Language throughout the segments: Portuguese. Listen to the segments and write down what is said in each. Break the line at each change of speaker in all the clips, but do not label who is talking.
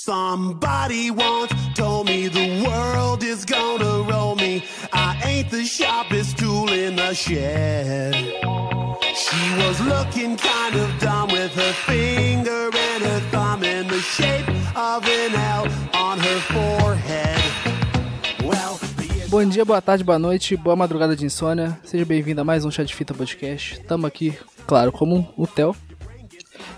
Somebody once told me the world is gonna roll me. I ain't the sharpest tool in the shed. She was looking kind of dumb with her finger and her thumb in the shape of an L on her forehead. Well, the
Bom dia, boa tarde, boa noite, boa madrugada de insônia. Seja bem-vindo a mais um Chá de Fita Podcast. Tamo aqui, claro, como o Theo.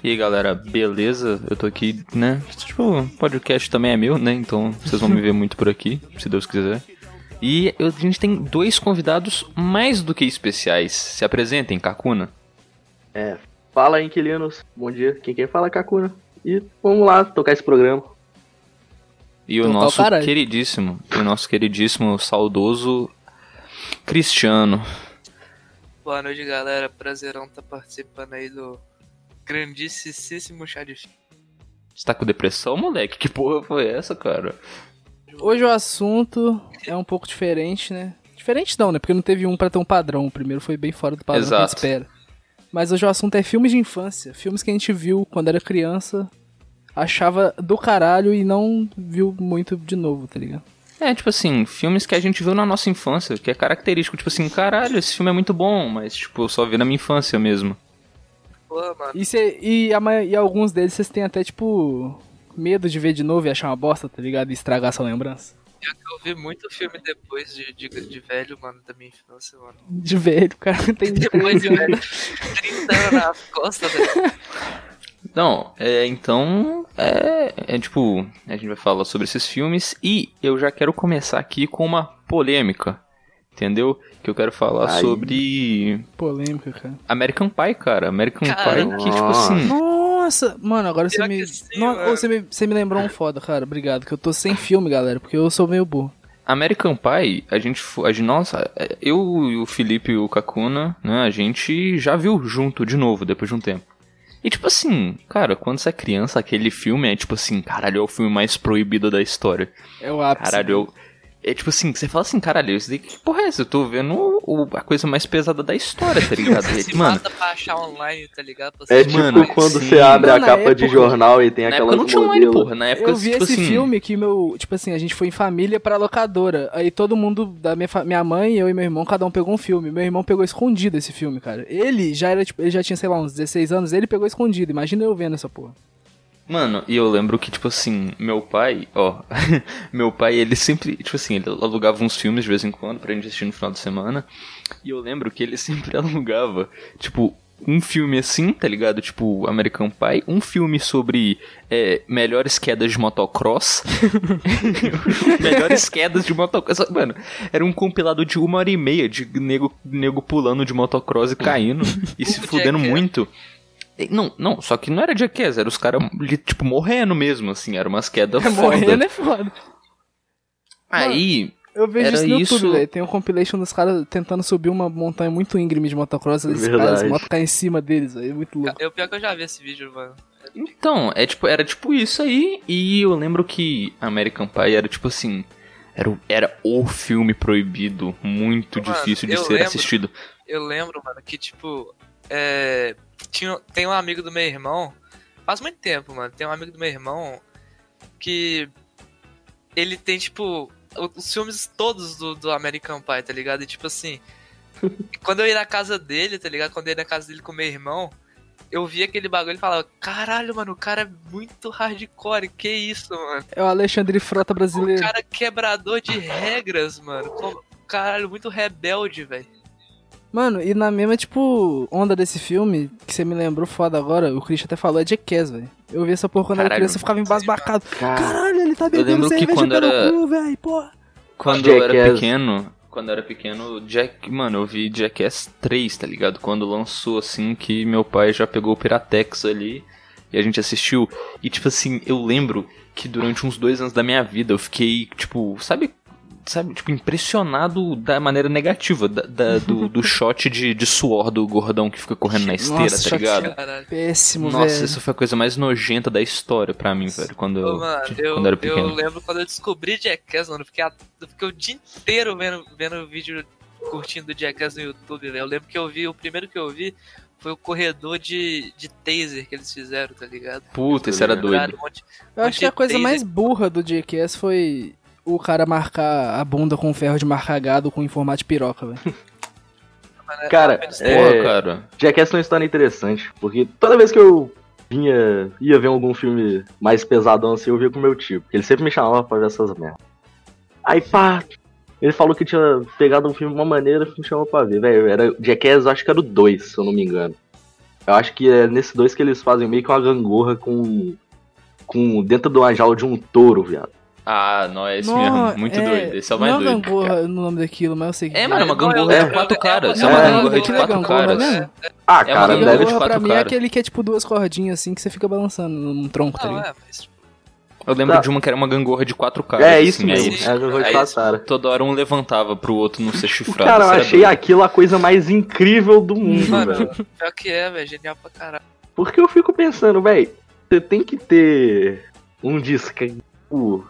E aí galera, beleza? Eu tô aqui, né? Tipo, o podcast também é meu, né? Então vocês vão me ver muito por aqui, se Deus quiser. E eu- a gente tem dois convidados mais do que especiais. Se apresentem, Kakuna.
Fala, inquilinos. Bom dia. Quem quer fala é Kakuna. E vamos lá tocar esse programa.
E o
Então tá o
nosso
caralho.
queridíssimo, o nosso queridíssimo, saudoso Cristiano.
Boa noite, galera. Prazerão tá participando aí do grandíssimo chá de fita.
Você tá com depressão, moleque? Que porra foi essa, cara?
Hoje o assunto é um pouco diferente, né? Diferente não, né? Porque não teve um pra ter um padrão. O primeiro foi bem fora do padrão que a gente
Exato.
espera. Mas hoje o assunto é filmes de infância. Filmes que a gente viu quando era criança, achava do caralho e não viu muito de novo, tá ligado?
É, tipo assim, filmes que a gente viu na nossa infância, que é característico. Tipo assim, caralho, esse filme é muito bom, mas tipo, eu só vi na minha infância mesmo.
Pô, mano,
E, cê- e, a ma- e alguns deles vocês têm até, tipo, medo de ver de novo e achar uma bosta, tá ligado? E estragar sua lembrança.
eu vi muito filme depois de, de, de velho, mano, da minha infância, mano.
De velho, o cara tem
Depois de velho, 30 anos nas costas, velho.
Não, é, então, é, é tipo, a gente vai falar sobre esses filmes e eu já quero começar aqui com uma polêmica, entendeu? Que eu quero falar
Ai.
sobre
polêmica, cara.
American Pie, cara. American
Cara,
Pie que, tipo assim,
Nossa, mano, agora você
Pior
me...
que sim,
No-
mano.
ô, você me. Você me lembrou um foda, cara. Obrigado, que eu tô sem filme, galera, porque eu sou meio burro.
American Pie, a gente, fo- a gente, nossa, é, eu e o Felipe e o Kakuna, né, a gente já viu junto de novo, depois de um tempo. E tipo assim, cara, quando você é criança, aquele filme é tipo assim, caralho, é o filme mais proibido da história.
É o ápice.
Caralho, eu. É tipo assim, que você fala assim, caralho, isso daí, que porra é essa? Eu tô vendo o- a coisa mais pesada da história, tá ligado?
Você se
Mano,
mata pra achar online, tá ligado? Pra
É
ser
tipo
Mano,
quando
sim.
você abre
Não,
a
na
capa de
época-
jornal e tem
na
aquelas
época não tinha online,
modelos.
porra. Na época,
Eu vi
tipo
esse
assim,
filme que meu. Tipo assim, a gente foi em família pra locadora. Aí todo mundo, da minha, fa- minha mãe, eu e meu irmão, cada um pegou um filme. Meu irmão pegou escondido esse filme, cara. Ele já era, tipo, ele já tinha, sei lá, uns 16 anos, ele pegou escondido. Imagina eu vendo essa porra.
Mano, e eu lembro que, tipo assim, meu pai, ó. meu pai, ele sempre. Tipo assim, ele alugava uns filmes de vez em quando pra gente assistir no final de semana. E eu lembro que ele sempre alugava, tipo. Um filme assim, tá ligado? Tipo, American Pie. Um filme sobre é, melhores quedas de motocross. melhores quedas de motocross. Mano, era um compilado de uma hora e meia de nego, nego pulando de motocross e caindo. e se
Jack
fudendo
Chan.
muito. E- Não, não, só que não era Jackass, era os caras, li- tipo, morrendo mesmo, assim, era umas quedas foda.
né?
Morrendo é foda.
Aí,
Eu vejo
Era
isso no
isso.
YouTube, velho. Tem um compilation dos caras tentando subir uma montanha muito íngreme de motocross. Eles caem, as
Verdade.
motos caem em cima deles, velho. É muito louco.
Eu pior que eu já vi esse vídeo, mano.
então, é tipo, era tipo isso aí, e eu lembro que American Pie era tipo assim, era, o- era o filme proibido, muito
Mano,
difícil de
eu
ser
lembro.
assistido.
Eu lembro, mano, que tipo. É, tinha, tem um amigo do meu irmão. Faz muito tempo, mano. Tem um amigo do meu irmão que. Ele tem, tipo. o- Os filmes todos do, do American Pie, tá ligado? E tipo assim. quando eu ia na casa dele, tá ligado? Quando eu ia na casa dele com meu irmão. Eu via aquele bagulho e falava, caralho, mano, o cara é muito hardcore, que isso, mano?
É o Alexandre Frota
O
brasileiro.
cara é quebrador de regras, mano. Como- Caralho, muito rebelde, velho.
Mano, e na mesma, tipo, onda desse filme, que você me lembrou foda agora, o Christian até falou, é Jackass, velho. Eu vi essa porra quando era
Caralho.
criança, eu ficava embasbacado.
Cara,
Caralho, ele tá bebendo
lembro que
cerveja
quando
pelo
era-
cu, velho, porra.
Quando eu era
Jackass.
pequeno, quando eu era pequeno, Jack, mano, eu vi Jackass 3, tá ligado? Quando lançou assim que meu pai já pegou o Piratex ali e a gente assistiu e tipo assim, eu lembro que durante uns dois anos da minha vida eu fiquei tipo, sabe, sabe, tipo impressionado da maneira negativa da- da- do, do shot de, de suor do gordão que fica correndo na esteira,
Nossa,
tá ligado?
Caralho.
Péssimo,
Nossa,
velho.
isso foi a coisa mais nojenta da história pra mim, velho, quando
Ô,
eu,
mano,
quando
eu,
eu era
eu
pequeno.
lembro quando eu descobri Jackass, mano. eu Fiquei, a- eu fiquei o dia né? inteiro vendo, vendo o vídeo curtindo do Jackass no YouTube, velho. Eu lembro que eu vi, o primeiro que eu vi foi o corredor de, de taser que eles fizeram, tá ligado?
Puta, isso era
Jogaram
doido.
Um monte,
Eu acho que a coisa
Taser.
mais burra do JKS foi o cara marcar a bunda com ferro de marcar gado com em formato de piroca, velho.
Cara,
Porra,
é,
cara.
Jackass tem uma história interessante, porque toda vez que eu vinha, ia ver algum filme mais pesadão assim, eu via com meu tio, porque ele sempre me chamava pra ver essas merdas. Aí pá, ele falou que tinha pegado um filme de uma maneira que me chamou pra ver, velho, era Jackass, eu acho que era o 2, se eu não me engano. Eu acho que é nesse 2 que eles fazem meio que uma gangorra com, com dentro de uma jaula de um touro, viado.
Ah, não, é esse
Nó,
mesmo. Muito
é,
doido. Esse é o mais
não é
doido.
gangorra no nome daquilo, mas eu sei que
É, mano, é uma
Não, é
gangorra
uma-
de quatro
é uma-
caras. É
é
uma
uma
gangorra de
gangorra,
quatro
gangorra
caras.
mesmo?
É
Ah,
uma
cara,
gangorra.
deve...
de
Gangorra pra
quatro
mim é
caras.
aquele que é tipo duas cordinhas assim que você fica balançando num tronco, tá
Não,
ligado?
é, mas.
Eu lembro
Tá.
de uma que era uma gangorra de quatro caras.
É isso
assim,
mesmo,
aí
é a gangorra de
aí-
Tatara.
Toda hora um levantava pro outro não ser chifrado.
Cara, eu
isso era
achei
doido.
aquilo a coisa mais incrível do mundo,
Mano,
velho.
pior que é, velho. Genial pra caralho.
Porque eu fico pensando, velho, você tem que ter um disco, tipo,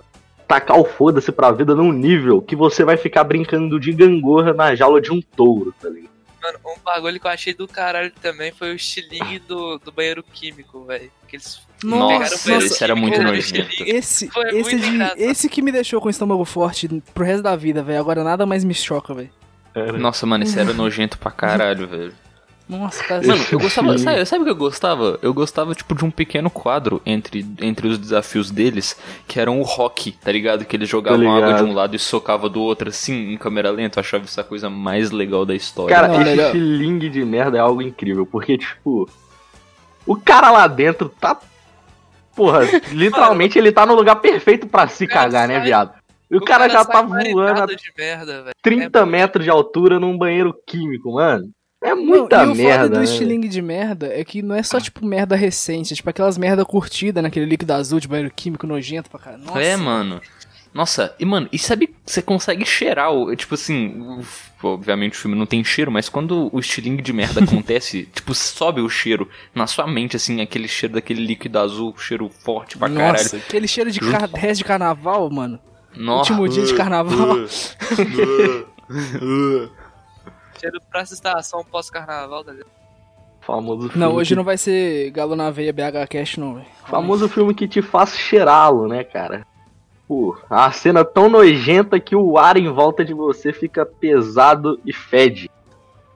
tacar o foda-se pra vida num nível que você vai ficar brincando de gangorra na jaula de um touro, tá ligado?
Mano, um bagulho que eu achei do caralho também foi o estilingue do, do banheiro químico, velho. Que eles
Nossa,
pegaram o banheiro
esse
era
químico,
muito
fizeram
nojento.
estilingue.
Esse,
assim, Foi
esse,
muito
de-
engraçado.
esse que me deixou com o estômago forte pro resto da vida, velho. Agora nada mais me choca, velho.
Nossa, mano, esse era nojento pra caralho, velho.
Nossa, cara.
Mano, eu gostava.
Sim.
Sabe, sabe o que eu gostava? Eu gostava, tipo, de um pequeno quadro entre, entre os desafios deles, que eram o rock, tá ligado? Que eles jogavam
ligado.
água de um lado e socava do outro, assim, em câmera lenta. Eu achava essa coisa mais legal da história.
Cara,
Não,
esse
legal.
estilingue de merda é algo incrível, porque, tipo, o cara lá dentro tá. Porra, literalmente ele tá no lugar perfeito pra se
O cara
cagar, né,
sai-
viado? E o, cara,
sai
já
é
tá voando
marinado
a
de merda, velho.
30 metros de altura num banheiro químico, mano. É
Não,
muita
e o foda
merda.
do
né?
estilingue de merda é que não é só, tipo, merda recente. É, tipo, aquelas merda curtida naquele líquido azul de banheiro químico nojento pra caralho. Nossa.
É, mano. Nossa, e mano, e sabe, você consegue cheirar o. Tipo assim, o- obviamente o filme não tem cheiro, mas quando o estilingue de merda acontece, tipo, sobe o cheiro na sua mente, assim, aquele cheiro daquele líquido azul, cheiro forte pra caralho.
Nossa, aquele cheiro de
Junto
car... 10 de carnaval, mano.
Nossa, uh,
Último dia de carnaval.
Cheiro pra essa estação pós-carnaval, tá ligado?
Famoso filme
não, hoje
que-
não vai ser Galo na Veia BH Cash, não, velho.
Famoso filme que te faz cheirá-lo, né, cara? Pô, a cena tão nojenta que o ar em volta de você fica pesado e fede.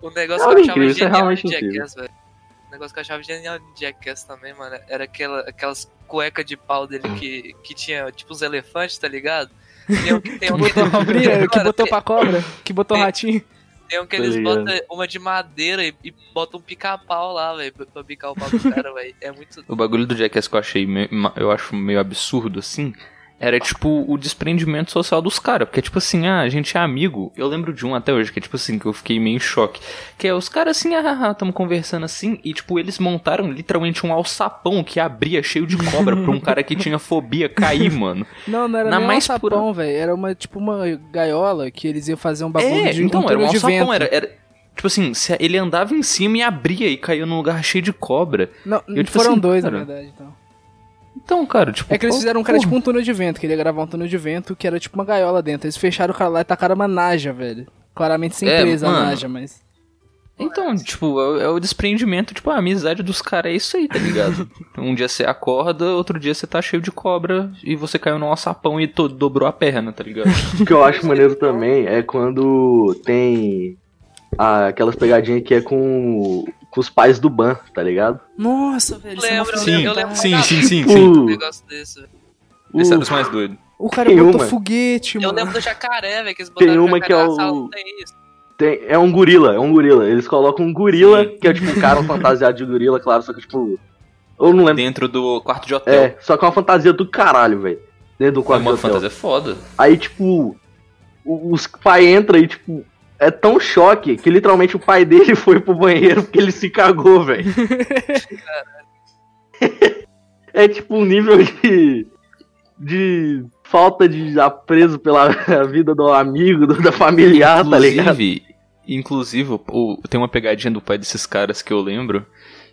O negócio
Não,
que eu achava
é incrível, isso é
genial
realmente
de Jackass, velho. O negócio que eu achava genial de Jackass também, mano, era aquela, aquelas cuecas de pau dele que, que tinha, tipo, os elefantes, tá ligado? Tem um que, tem um que,
Botou pra abrir, que
Mano,
botou
tem-
pra cobra, que botou
Tem-
ratinho.
Tem um que
Tá
eles
ligado.
botam uma de madeira e, e botam um pica-pau lá, velho, pra- pra bicar o pau do cara, velho. É muito.
O bagulho do Jackass que eu achei, meio- ma- eu acho meio absurdo, assim, era tipo o desprendimento social dos caras. Porque, tipo assim, ah, a gente é amigo. Eu lembro de um até hoje, que é tipo assim, que eu fiquei meio em choque. Que é os caras assim, ah, ah, ah, tamo conversando assim, e tipo, eles montaram literalmente um alçapão que abria cheio de cobra pra um cara que tinha fobia cair, mano.
Não, não era
Na
nem um
mais
sapão, velho. Era uma, tipo uma gaiola que eles iam fazer um bagulho
É,
de um
então, era
túnel
um
de vento.
alçapão, era. era- Tipo assim, se- ele andava em cima e abria e caiu num lugar cheio de cobra.
Não,
Eu, tipo
foram
assim,
dois,
cara,
na verdade, então.
Então, cara, tipo.
É que eles
qual-
fizeram um cara
porra.
tipo um túnel de vento, que ele ia gravar um túnel de vento que era tipo uma gaiola dentro. Eles fecharam o cara lá e tacaram uma naja, velho. Claramente sem
É,
presa a
mano.
naja, mas.
Então, tipo, é, o- é o desprendimento, tipo, a amizade dos caras é isso aí, tá ligado? um dia você acorda, outro dia você tá cheio de cobra e você caiu num alçapão e to- dobrou a perna, tá ligado?
O que eu acho maneiro também é quando tem a- aquelas pegadinhas que é com, com os pais do Ban, tá ligado?
Nossa, velho. isso é uma
Lembro,
filha
sim,
da
eu lembro.
puta.
sim, sim,
Um
O-
negócio desse, velho.
Tipo, Esse
o-
era os mais doidos.
O cara
Tem
botou
uma.
foguete,
Eu
mano.
lembro do jacaré, velho, que eles
Tem
botaram
uma
jacaré
que é
na
o-
sala, não tem isso.
Tem- é um gorila, é um gorila. Eles colocam um gorila,
Sim.
que é tipo um cara fantasiado de gorila, claro, só que tipo. Eu não lembro.
Dentro do quarto de hotel.
É, só que é uma fantasia do caralho, velho. Dentro do
É
quarto de
uma
hotel.
fantasia foda.
Aí, tipo, o- os pai entra e, tipo, é tão choque que literalmente o pai dele foi pro banheiro porque ele se cagou, velho. é tipo um nível de. de falta de apreço pela vida do amigo, do, da familiar, tá ligado?
Inclusive, inclusive o- tem uma pegadinha do pai desses caras que eu lembro.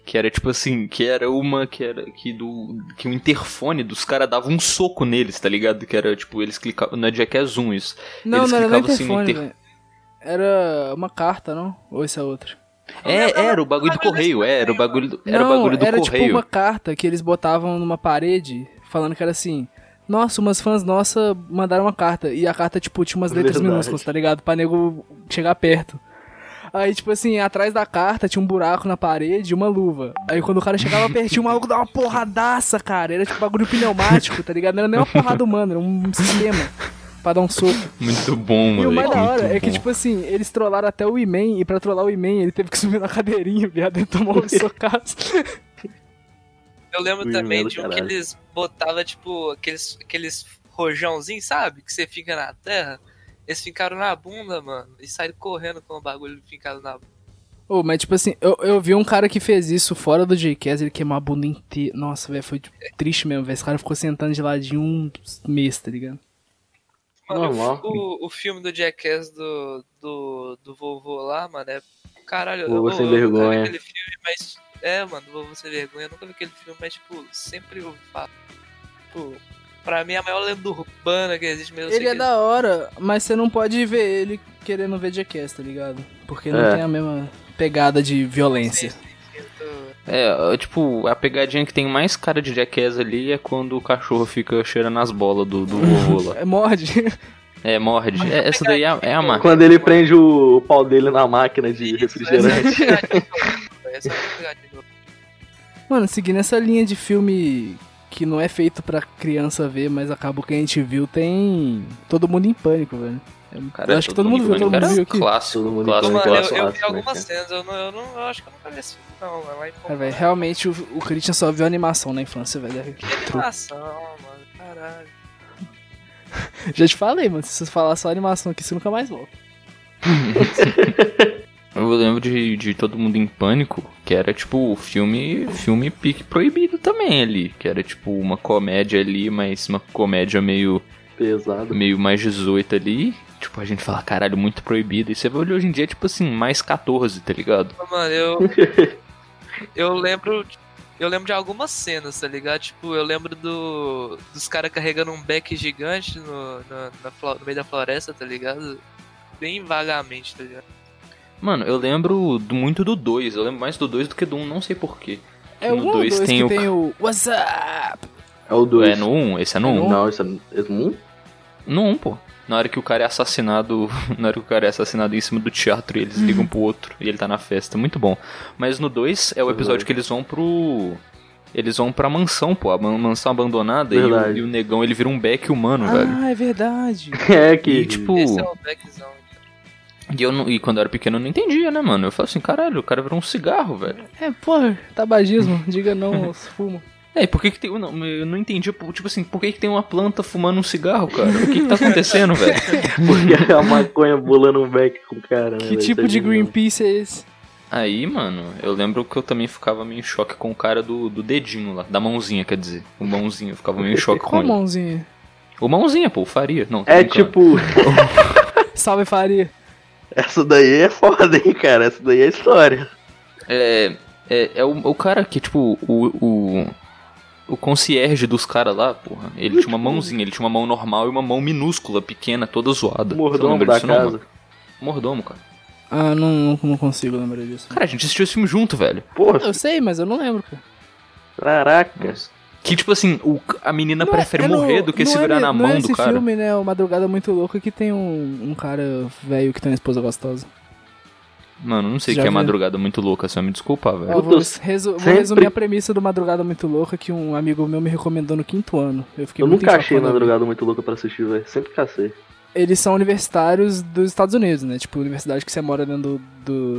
Que era tipo assim, que era uma que era que do que o interfone dos caras dava um soco neles, tá ligado? Que era tipo, eles clicavam, não é Jackass 1 isso.
Não,
Eles
não era nem
clicavam assim no
interfone,
inter-
velho. Era uma carta, não? Ou isso é outro?
É, era o bagulho do correio, era o bagulho do, era o
Não,
bagulho do
era
correio.
tipo uma carta que eles botavam numa parede, falando que era assim... Nossa, umas fãs nossa mandaram uma carta. E a carta, tipo, tinha umas letras
Verdade.
minúsculas, tá ligado? Pra nego chegar perto. Aí, tipo assim, atrás da carta tinha um buraco na parede e uma luva. Aí quando o cara chegava pertinho, o maluco dava uma porradaça, cara. Era tipo bagulho pneumático, tá ligado? Não era nem uma porrada humana, era um sistema pra dar um soco.
Muito bom,
E
moleque.
o mais da
muito
hora é que,
bom.
tipo assim, eles trollaram até o Iman, e pra trollar o Iman, ele teve que subir na cadeirinha, viado, ele tomou um socaço.
Eu lembro
Ui,
também
meu
de um que
caralho.
eles botavam, tipo, aqueles, aqueles rojãozinhos, sabe? Que você fica na terra. Eles fincaram na bunda, mano. E saíram correndo com o bagulho fincado na bunda.
Ô, mas tipo assim, eu, eu vi um cara que fez isso fora do JCast, ele queimou a bunda inteira. Nossa, velho, foi tipo, triste mesmo, velho. Esse cara ficou sentando de ladinho um mês, tá ligado?
Mano,
Normal.
o, o filme do Jackass do, do, do vovô lá, mano, é. Caralho, eu,
Vovô
eu, eu
Sem
nunca vi
Vergonha.
aquele filme, mas. É, mano, vovô sem vergonha. Eu nunca vi aquele filme, mas, tipo, sempre eu falo. Tipo, pra mim é a maior lenda urbana que existe mesmo. eu sei
Ele é
que
da hora, mas você não pode ver ele querendo ver JCast, tá ligado? Porque não
É.
tem a mesma pegada de violência.
É, tipo, a pegadinha que tem mais cara de Jackass ali é quando o cachorro fica cheirando as bolas do, do vovô lá.
É, morde.
É, morde. É, essa daí é, a- é a marca.
Quando ele prende o, o pau dele na máquina de refrigerante.
Essa é a pegadinha.
Mano, seguindo essa linha de filme que não é feito pra criança ver, mas acaba que a gente viu, tem Todo Mundo em Pânico, velho. É um
Cara,
Eu acho que todo mundo viu,
igual,
todo
cara.
mundo viu aqui.
Clássico,
Todo mundo
clássico,
igual.
Mano, eu,
clássico.
eu vi
clássico, né,
algumas
cara?
cenas, eu não, eu não eu acho que eu nunca vi esse filme, não, mano. Mas, pô,
Cara, velho, realmente o, o Christian só viu animação na infância, velho.
que animação, mano. Caralho.
Já te falei, mano, se você falar só animação aqui, você nunca mais volta.
Eu lembro de, de Todo Mundo em Pânico, que era tipo filme filme pique proibido também ali. Que era tipo uma comédia ali, mas uma comédia meio,
Pesado.
meio mais 18 ali. Tipo, a gente fala, caralho, muito proibido. E você vai olhar hoje em dia, tipo assim, mais 14, tá ligado?
Mas, Mano, eu. eu lembro. Eu lembro de algumas cenas, tá ligado? Tipo, eu lembro do. Dos caras carregando um beck gigante no, no, na flo- no meio da floresta, tá ligado? Bem vagamente, tá ligado?
Mano, eu lembro do- muito do 2. Eu lembro mais do 2 do que do 1, um, não sei porquê.
É
No
o 1 ou
um dois
2
tem
que
o
tem
ca-
o What's up?
É o dois.
É no 1? Um, esse é no
É
1?
no
Um.
Não, isso é, isso é um?
No 1, um, pô. Na hora que o cara é assassinado. Na hora que o cara é assassinado em cima do teatro e eles ligam pro outro e ele tá na festa. Muito bom. Mas no 2 é o episódio que eles vão pro. Eles vão pra mansão, pô. A man- mansão abandonada e o,
Verdade.
e o negão ele vira um beck humano, velho.
Ah, é verdade.
É que.
E tipo.
Esse é o beckzão.
E, eu não- e quando eu era pequeno eu não entendia, né, mano? Eu falava assim, caralho, o cara virou um cigarro, velho.
É, porra, tabagismo, diga não aos fumo.
É, e por que que tem. Eu não, eu não entendia, pô, tipo assim, por que que tem uma planta fumando um cigarro, cara? O que que tá acontecendo, velho?
Porque a maconha bolando um beck com o cara, né?
Que
velho?
tipo
Isso é
de
genial.
Greenpeace é esse?
Aí, mano, eu lembro que eu também ficava meio em choque com o cara do, do dedinho lá, da mãozinha, quer dizer. O mãozinho, eu ficava meio em choque com
Qual a
ele.
mãozinha?
O mãozinha, pô, o faria. Não, tô
É
brincando.
tipo.
Salve, Faria.
Essa daí é foda, hein, cara? Essa daí é história.
É, é, é o, o cara que, tipo, o. o o concierge dos caras lá, porra, ele tinha uma mãozinha, ele tinha uma mão normal e uma mão minúscula, pequena, toda zoada. Você não
Mordomo
lembra
da
disso, não,
casa.
mano? Mordomo, cara.
Ah, não, não, não consigo lembrar disso.
Cara, a gente assistiu esse filme junto, velho.
Porra,
Eu sei, mas eu não lembro, cara.
caraca.
Que, tipo assim, o, a menina
Não é-
prefere
é no-
morrer do que
não é
segurar
ne-
na
não
mão
é
do cara.
Esse filme, né, o Madrugada Muito Louca, que tem um, um cara velho que tem uma esposa gostosa.
Mano, não sei o
Já
que é
viu?
madrugada muito louca, só me desculpa, velho.
Ó, eu vou,
Puta,
resu- vou
sempre-
resumir a premissa do Madrugada Muito Louca que um amigo meu me recomendou no quinto ano. Eu fiquei
Eu
muito
nunca achei
enchacado.
madrugada muito louca pra assistir, velho. Sempre cacei.
Eles são universitários dos Estados Unidos, né? Tipo, universidade que você mora dentro do,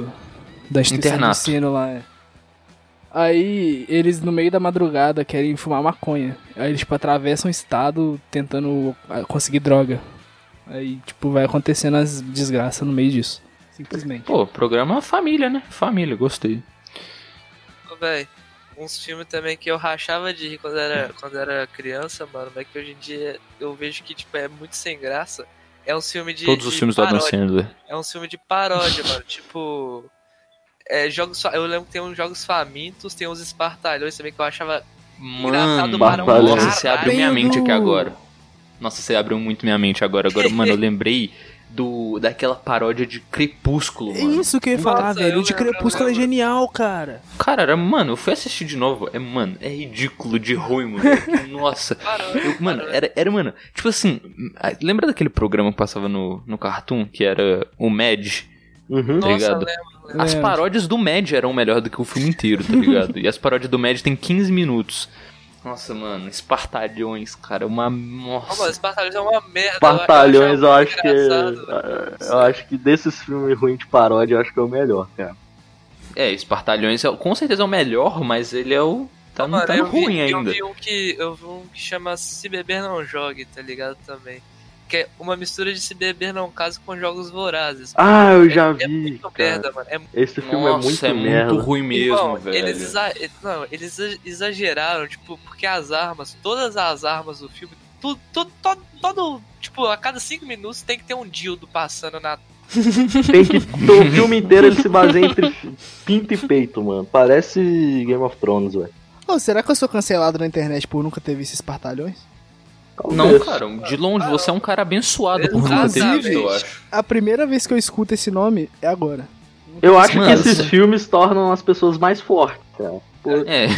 do- da instituição
Internato.
de ensino lá. é. Aí eles no meio da madrugada querem fumar maconha. Aí eles tipo atravessam o estado tentando ah, conseguir droga. Aí tipo vai acontecendo as desgraças no meio disso, simplesmente.
Pô, programa família, né? Família, gostei.
Ô, véi, uns filmes também que eu rachava de rir quando era, quando era criança, mano, mas que hoje em dia eu vejo que, tipo, é muito sem graça. É um filme de.
Todos
de
os filmes do Adam
paródia.
Sandler.
É um filme de paródia, mano. Tipo. É, jogos, Fa- eu lembro que tem uns Jogos Famintos, tem uns Espartalhões também que eu achava. Engraçado
Mano,
para
um
nossa,
caralho.
você abriu minha
Tem o
mente
do-
aqui agora. Nossa, você abriu muito minha mente agora. Agora, mano, eu lembrei do daquela paródia de Crepúsculo,
É
mano.
isso que eu ia
Nossa,
falar, velho.
eu
O de
lembro,
Crepúsculo
eu
é
lembro.
genial, cara.
Cara, era- mano, eu fui assistir de novo. É, mano, é ridículo de ruim, mano. Nossa.
Paródia,
Eu- mano,
é-
paródia.
era, era, mano, tipo assim, ah, lembra daquele programa que passava no, no Cartoon, que era o Mad?
Uhum.
tá
Nossa,
ligado?
lembro, lembro.
As
Lembro.
paródias do Mad eram melhor do que o filme inteiro, tá ligado? e as paródias do Mad tem 15 minutos. Nossa, mano, Espartalhões, cara, uma.
Não, mano,
Nossa.
Espartalhões é uma merda. eu- eu
Batalhões, eu
achava
acho que. ah,
engraçado, velho.
Eu acho que desses filmes ruins de paródia, eu acho que é o melhor, cara.
É, Espartalhões é, o- com certeza é o melhor, mas ele é o. Tá,
Mano,
tá no
eu vi-
ruim
eu
ainda.
Vi um que, eu vi um que chama Se Beber Não Jogue, tá ligado? Também. Que é uma mistura de Se Beber Não Case com jogos vorazes.
Ah, eu já
é
vi,
muito
cara.
merda, mano. É muito
Esse filme
Nossa,
é muito merda.
ruim mesmo,
Irmão,
velho.
Eles, exa- e- não, eles exa- exageraram, tipo, porque as armas, todas as armas do filme, tudo, tudo, todo, todo- tipo, a cada cinco minutos tem que ter um dildo passando na.
Tem que. O filme inteiro ele se baseia entre pinto e peito, mano. Parece Game of Thrones, velho.
Ô, será que eu sou cancelado na internet por nunca ter visto Espartalhões?
Não,
Talvez.
cara, de longe você é um cara abençoado por nunca ter visto,
Exatamente.
eu acho.
A primeira vez que eu escuto esse nome é agora.
Eu acho
Mano,
que esses
isso-
filmes tornam as pessoas mais fortes, cara.
É,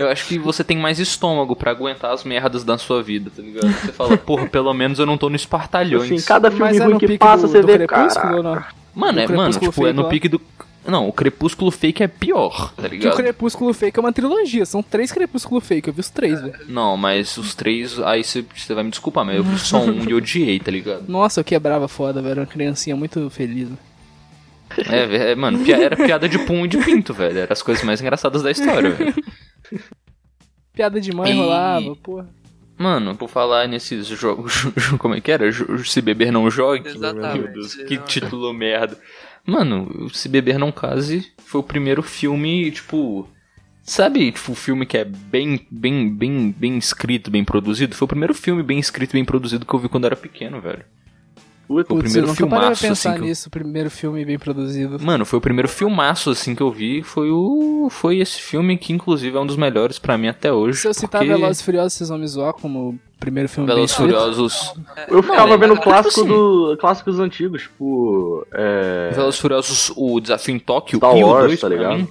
eu acho que você tem mais estômago pra aguentar as merdas da sua vida, tá ligado? Você fala, porra, pelo menos eu não tô no espartalhões.
Assim, cada filme
Mas é
ruim
no
que
pique
passa,
do,
você
do
vê,
Crepúsculo
cara.
ou não?
Mano,
Do
é, mano,
Crepúsculo
tipo, é no
fake lá.
pique do. Não, o crepúsculo fake é pior, tá
Que o
ligado?
Crepúsculo Fake é uma trilogia, são três Crepúsculo Fake, eu vi os três, velho.
Não, mas os três, aí você você vai me desculpar, mas eu vi só um e odiei, tá ligado?
Nossa, eu quebrava foda, velho, era uma criancinha muito feliz. velho.
É, ve- é, mano, pia- era piada de pum e de pinto, velho. Era as coisas mais engraçadas da história, velho.
Piada de mãe
E-
rolava, porra.
Mano, por falar nesses jogos. Como é que era? Jo- Se beber não jogue.
Exatamente.
Meu Deus, que título merda. Mano, Se Beber Não Case foi o primeiro filme, tipo. Sabe, tipo, o filme que é bem, bem, bem, bem escrito, bem produzido? Foi o primeiro filme bem escrito, bem produzido que eu vi quando era pequeno, velho.
Putz,
Foi
Putz, eu
o primeiro
nunca parei pra
filmaço,
pensar
assim. que eu-
nisso, o primeiro filme bem produzido.
Mano, foi o primeiro filmaço, assim, que eu vi. Foi o. Foi esse filme que, inclusive, é um dos melhores pra mim até hoje.
Se eu citar
porque...
Velozes e Furiosos, vocês vão me zoar como o primeiro filme
Velozes e
bem escrito.
Furiosos.
Eu ficava
Mano,
vendo
é-
clássico
tipo assim.
do, clássicos antigos, tipo. É...
Velozes e Furiosos, o Desafio em Tóquio
Star
e o
Wars,
2,
tá
pra
ligado?
mim,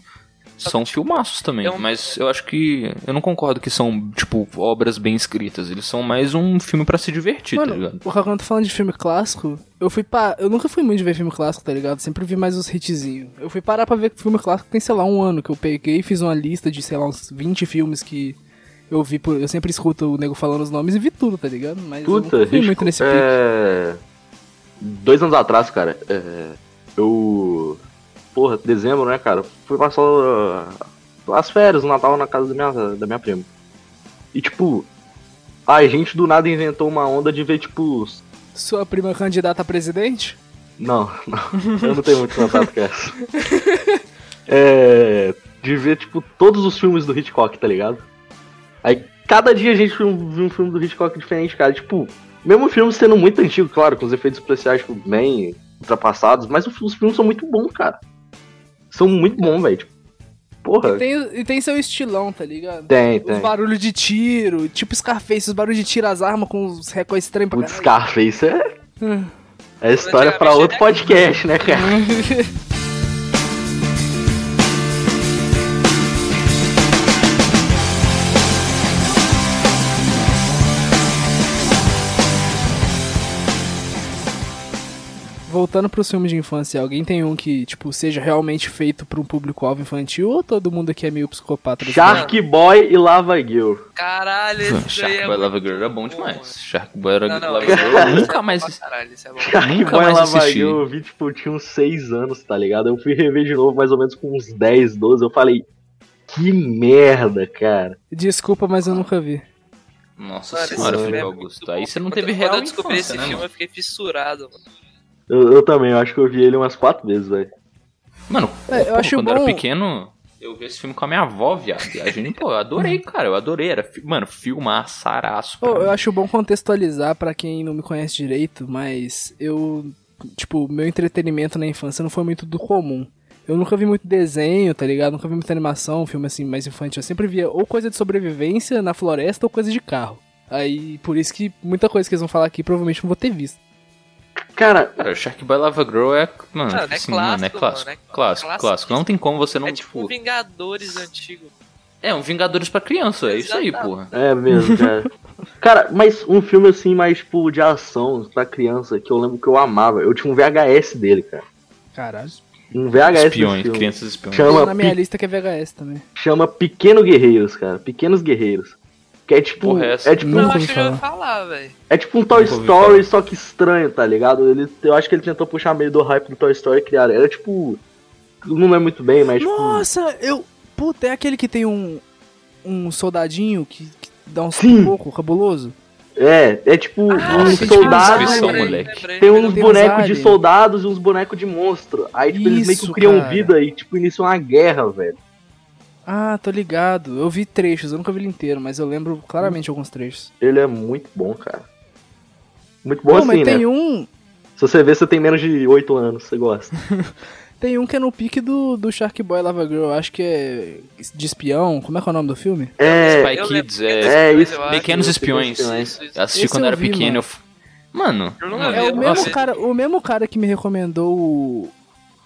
são filmaços também.
é um-
Mas eu acho que... Eu não concordo que são, tipo, obras bem escritas. Eles são mais um filme pra se divertir, tá
Mano,
ligado?
porra, quando eu tô falando de filme clássico, eu fui pa... Eu nunca fui muito de ver filme clássico, tá ligado? Sempre vi mais os hitzinhos. Eu fui parar pra ver filme clássico tem, sei lá, um ano que eu peguei e fiz uma lista de, sei lá, uns 20 filmes que eu vi por. Eu sempre escuto o nego falando os nomes e vi tudo, tá ligado? Mas eu
Puta,
nunca fui
risco-
muito nesse pique.
é... Dois anos atrás, cara, é, eu. Porra, dezembro, né, cara? Fui passar uh, as férias, o Natal na casa da minha, da minha prima. E tipo, a gente do nada inventou uma onda de ver, tipo. os-
Sua prima candidata a presidente?
Não, não, eu não tenho muito contato com essa. É. De ver, tipo, todos os filmes do Hitchcock, tá ligado? Aí cada dia a gente viu um, viu um filme do Hitchcock diferente, cara. Tipo, mesmo o filme sendo muito antigo, claro, com os efeitos especiais, tipo, bem ultrapassados, mas os, os filmes são muito bons, cara. São muito bons, velho. Tipo, porra.
Tem, e tem seu estilão, tá ligado?
Tem,
Os
tem.
barulhos de tiro, tipo Scarface, os barulhos de tiro, as armas com os recordes estranhos pra
Putz,
caralho.
Scarface é.
Hum.
É história pra outro podcast, né, cara?
Voltando pros filmes de infância, alguém tem um que, tipo, seja realmente feito pra um público-alvo infantil ou todo mundo aqui é meio psicopata? desse negócio?
Shark Boy e Lava Girl.
Caralho, esse daí
Shark
é
Boy
muito
Lava Girl era bom
bom,
demais.
mano.
Shark Boy era
Não, não,
Lava
esse-
Girl. Eu
esse é
nunca
bom
mais...
pra Caralho, isso é bom.
Shark
Nunca
Boy
mais
Lava
assisti.
Girl, eu vi, tipo, eu tinha uns 6 anos, tá ligado? Eu fui rever de novo, mais ou menos com uns 10, 12. Eu falei, que merda, cara.
Desculpa, mas eu nunca vi.
Nossa
Mano, esse
senhora,
filme
Felipe
é
Augusto.
muito
Aí
bom.
você não
Quando-
teve
Quando
real
eu descobri
infância,
esse
né,
filme,
mano?
eu fiquei fissurado, mano.
Eu, eu também, eu acho que eu vi ele umas 4 vezes, velho.
Mano,
É, eu
pô,
acho
quando eu era
bom-
pequeno, eu vi esse filme com a minha avó, viado. E a gente, pô, eu adorei, cara. Eu adorei. Era, fi- mano, filmar, saraço. pra
Pô, eu
mim.
acho bom contextualizar pra quem não me conhece direito, mas eu, tipo, meu entretenimento na infância não foi muito do comum. Eu nunca vi muito desenho, tá ligado? Nunca vi muita animação, filme assim mais infantil. Eu sempre via ou coisa de sobrevivência na floresta ou coisa de carro. Aí, por isso que muita coisa que eles vão falar aqui provavelmente eu não vou ter visto.
Cara,
Cara, Shark Boy Lava Girl é. Mano,
Cara,
tipo
é
assim,
clássico,
mano, é clássico.
mano,
clássico,
é clássico.
clássico. Não tem como você não,
é tipo
tipo.
um Vingadores antigo.
É um Vingadores pra criança, é isso aí,
Exatamente.
porra.
é mesmo, cara. cara, mas um filme assim, mais tipo de ação pra criança, que eu lembro que eu amava. Eu tinha um VHS dele, cara.
Caralho.
Um VHS desse
Espiões,
filme.
crianças espiões.
Chama,
na
Pi-
minha lista que é VHS também.
chama Pequeno Guerreiros, cara. Pequenos Guerreiros. Que é tipo.
Porra,
É,
essa-
tipo,
Não,
Nunca
eu
um,
acho
ouvi
que eu ia
falar.
falar, velho.
é tipo um Toy
Nunca ouvi
Story, só que estranho, tá ligado? Ele, eu acho que ele tentou puxar meio do hype do Toy Story e criar. Era tipo. Não é muito bem, mas tipo.
Nossa, eu. Puta, é aquele que tem um. Um soldadinho que, que dá um
Sim.
pouco cabuloso?
É, é tipo um
sei de
soldado.
descrição,
né?
lembrei,
moleque.
lembrei.
Tem uns
Tem uns
bonecos de
aliens.
soldados e uns bonecos de monstro. Aí, tipo, eles meio que
Isso,
criam
cara.
vida e, tipo, iniciam uma guerra, velho.
Ah, tô ligado. Eu vi trechos, eu nunca vi ele inteiro, mas eu lembro claramente alguns trechos.
Ele é muito bom, cara. Muito bom
Pô,
assim,
mas tem
né?
um.
Se você ver, você tem menos de 8 anos, você gosta.
Tem um que é no pique do, do Shark Boy Lava Girl, acho que é. De espião. Como é que é o nome do filme?
É,
Spy
Eu
Kids,
lembro
é.
desses
é
dois,
isso.
eu acho.
Pequenos Espiões.
Isso, isso.
Eu assisti
Esse
quando
eu
era
vi,
pequeno. eu f- Mano,
Eu não
mano,
vi,
É o
não
mesmo
vi.
cara, o mesmo cara que me recomendou o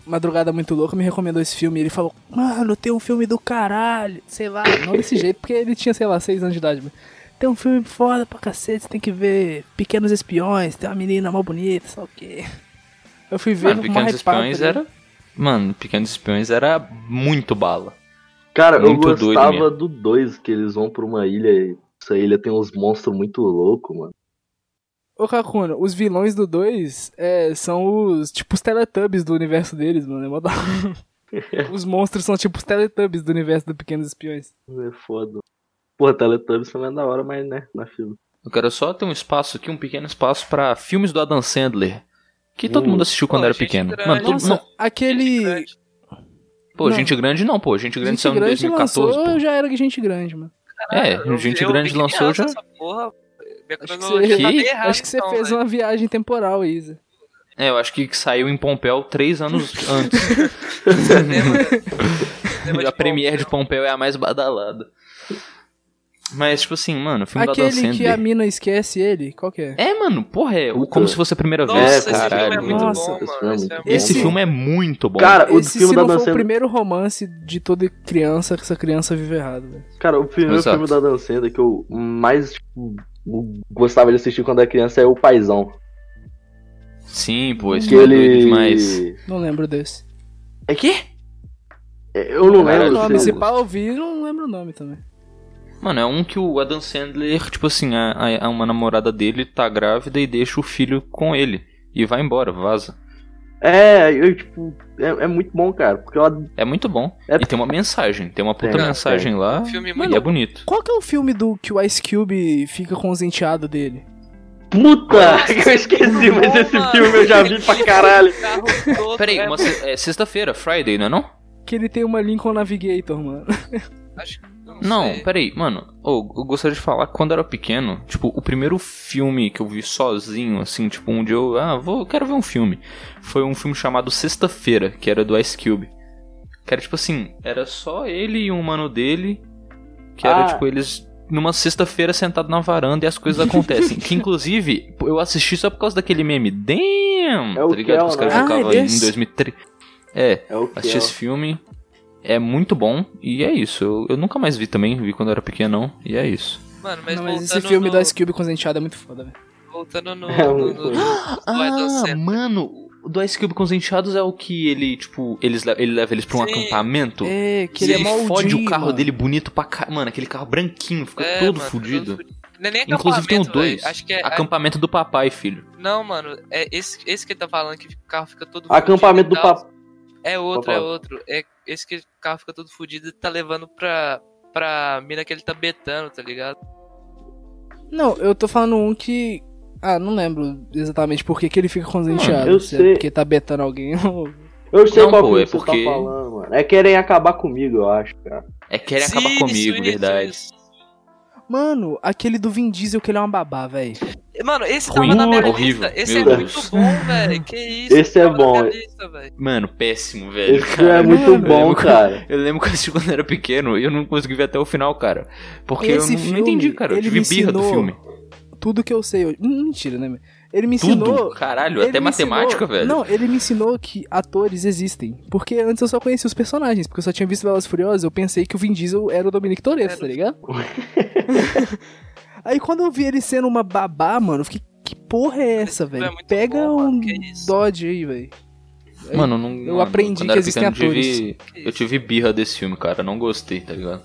Madrugada Muito Louca me recomendou esse filme. Ele falou, mano, tem um filme do caralho, sei lá, não desse jeito, porque ele tinha, sei lá, seis anos de idade. Mas tem um filme foda pra cacete, você tem que ver Pequenos Espiões, tem uma menina mal bonita, sei lá o quê. Eu fui ver
mano,
no mais
Pequenos Espiões era. Mano, Pequenos Espiões era muito bala.
Cara, eu
Muito doido
gostava
mesmo.
do 2, que eles vão pra uma ilha e essa ilha tem uns monstros muito loucos, mano.
Ô Kakuna, os vilões do 2 são os. tipo os Teletubbies do universo deles, mano. É mó da... os monstros são tipo os Teletubbies do universo do Pequenos Espiões.
É foda. Porra, Teletubbies também é da hora, mas né, na fila.
Eu quero só ter um espaço aqui, um pequeno espaço pra filmes do Adam Sandler. Que todo
Hum.
mundo assistiu quando
Pô,
era
gente
pequeno.
grande.
Mano, todo-
Nossa,
não, é
aquele.
pô,
não.
gente grande não, pô. Gente grande
Gente
saiu em
grande
2014.
lançou, né?
pô.
eu já era gente grande, mano.
É, gente grande lançou já.
Acho que
Acho
você-
que
Que?
Acho que
então,
você fez
né?
uma viagem temporal, Isa.
É, eu acho que saiu em Pompéu três anos antes. a Premiere de Pompéu é a mais badalada. Mas, tipo assim, mano, filme do Adam
Aquele que a
Sandler.
mina esquece ele, qual que é?
É, mano, porra, é o
Puta.
Como Se Fosse a Primeira
Nossa,
Vez.
esse filme
caralho,
é muito
nossa.
bom,
Esse
mano. Esse
filme é muito
filme é
bom.
Esse
muito
Esse-
filme é muito bom.
Cara, o
Esse,
filme
se
da
não
Dan
for o
Sandler-
primeiro romance de toda criança que essa criança vive errado, velho.
Cara, o primeiro
Exato.
filme da Dan Sandler que eu mais tipo, gostava de assistir quando era criança é O Paizão.
Sim, pô, esse
Que
filme é doido
ele.
demais.
Não lembro desse.
É que?
É, Eu não
o
Caralho,
lembro.
nome,
se-
se pá, eu vi, não lembro o nome também.
Mano, é um que o Adam Sandler, tipo assim, a, a- a uma namorada dele tá grávida e deixa o filho com ele. E vai embora, vaza.
É, eu, tipo, é, é muito bom, cara. Porque eu ad-
É muito bom.
É-
E tem uma mensagem, tem uma puta
Tem,
mensagem lá.
Um filme
E é
muito
bonito.
Qual que é o filme do que o Ice Cube fica com os enteados dele?
Puta!
Nossa,
eu esqueci,
bom,
mas esse
mano.
filme eu já vi pra caralho.
Carro todo,
Peraí,
é,
uma se- é sexta-feira, Friday, não é não?
Que ele tem uma Lincoln Navigator, mano.
acho que-
Não,
sei.
peraí, mano. ô, eu gostaria de falar que quando eu era pequeno, tipo, o primeiro filme que eu vi sozinho, assim, tipo, um dia eu, ah, vou, eu quero ver um filme. Foi um filme chamado Sexta-feira, que era do Ice Cube. Que era tipo assim, era só ele e um mano dele, que era
Ah.
tipo eles numa sexta-feira sentado na varanda e as coisas acontecem. que inclusive, eu assisti só por causa daquele meme. Damn!
É o
tá ligado?
Kel,
que os caras
né? Ah,
ficavam
é
em
desse?
2003. É,
É o que
Assisti esse filme. É muito bom. E é isso. Eu, eu nunca mais vi também. Vi quando era pequenão. E é isso.
Mano, mas,
Não, mas esse
voltando
filme
no,
do Ice Cube com os enteados é muito foda, velho.
Voltando no.
É,
no,
muito
no,
bom.
do Adam Sandler.
Ah, mano. O do Ice Cube com os enteados é o que ele, tipo, eles, le- ele leva eles pra um
Sim.
acampamento.
É, que
e
ele é
ele
maldinho,
fode o carro
mano.
dele bonito pra caralho. Mano, aquele carro branquinho, fica
É,
todo
mano,
fudido.
todo fudido. Não é nem
Inclusive tem o
acampamento, véi.
2.
Acho que é.
Acampamento do papai, filho.
Não, mano, é esse, esse que ele tá falando que o carro fica todo
Acampamento do
fudido e tal.
papo.
É outro,
Papai.
é outro. É esse que o carro fica todo fudido e tá levando pra, pra mina que ele tá betando, tá ligado?
Não, eu tô falando um que. Ah, não lembro exatamente por que que ele fica com os
Mano,
enteados.
eu
se
sei.
É porque tá betando alguém. ou-
Eu sei
Não,
qual
pô,
filme
é
que você
porque-
tá falando, mano. É querem acabar comigo, eu acho, cara.
É querem
Sim,
acabar
isso,
comigo,
isso,
verdade.
isso.
Mano, aquele do Vin Diesel que ele é uma babá, velho.
Mano, esse
Ruim,
tava na minha
horrível,
lista. Esse
meu
é
Deus.
muito bom, velho. Que isso?
Esse é
tava na
bom,
minha
é.
lista, velho.
Mano, péssimo, velho.
Esse filme é
cara.
muito
Eu
bom,
lembro que-
cara.
Eu lembro que eu assisti quando era pequeno e eu não consegui ver até o final, cara. Porque
Esse
eu não, não
filme,
entendi, cara. Eu
ele
tive
me
birra do
ensinou-
filme.
Tudo que eu sei hoje. Hum, Mentira, né? meu? Ele me
Tudo.
ensinou.
Caralho,
é
ele
até
me
matemática,
ensinou-
velho.
Não, ele me ensinou que atores existem. Porque antes eu só conhecia os personagens, porque eu só tinha visto Velas Furiosas, eu pensei que o Vin Diesel era o Dominic Toretto, tá ligado? Aí quando eu vi ele sendo uma babá, mano, eu fiquei, que porra é essa,
filme é
velho?
muito
Pega
bom,
um
mano, que isso.
Dodge aí, velho.
Mano, não,
Eu
mano,
aprendi
quando
que
era
existem
pequeno, eu
atores.
tive- Eu tive birra desse filme, cara. Não gostei, tá ligado?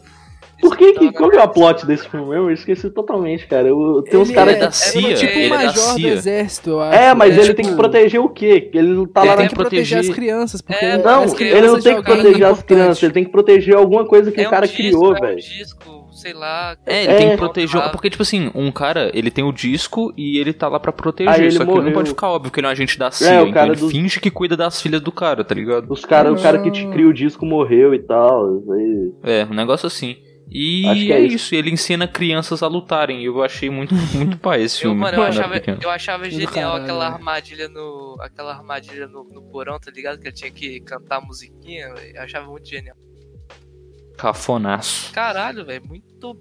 Por que que. Qual que é o plot desse filme mesmo? Eu esqueci totalmente, cara. Eu, eu tenho uns
Ele
caras
é-
da
é
CIA,
tipo um
ele é da
major do
CIA.
exército, eu acho.
É, mas
É,
ele
tipo,
tem que proteger o quê? Ele não tá
Ele
Ele
lá
tem
na.
que
tem que
proteger as
proteger-
crianças, porque
É,
Não,
as crianças
ele não tem que
jogaram
proteger as
importante.
crianças, ele tem que proteger alguma coisa que
É
o cara
um disco,
criou,
né?
é um
velho.
disco, sei lá.
É, ele tem
É.
que proteger. Porque, tipo assim, um cara, ele tem o disco e ele tá lá pra proteger.
Aí ele
só que ele
morreu.
não pode ficar óbvio que ele é um agente da CIA.
o
então
cara
ele
do-
finge que cuida das filhas do cara, tá ligado?
Os cara, o cara que
Hum.
te cria o disco morreu e tal. aí-
É, um negócio assim. E
Acho que é
é, isso. ele ensina crianças a lutarem. E eu achei muito, muito pai esse
Eu,
filme.
mano, eu
quando era
achava,
pequeno.
eu achava
Filho do
genial
caralho,
aquela
velho.
armadilha no. Aquela armadilha no, no porão, tá ligado? Que ele tinha que cantar musiquinha, velho. Eu achava muito genial.
Cafonaço.
Caralho, velho, muito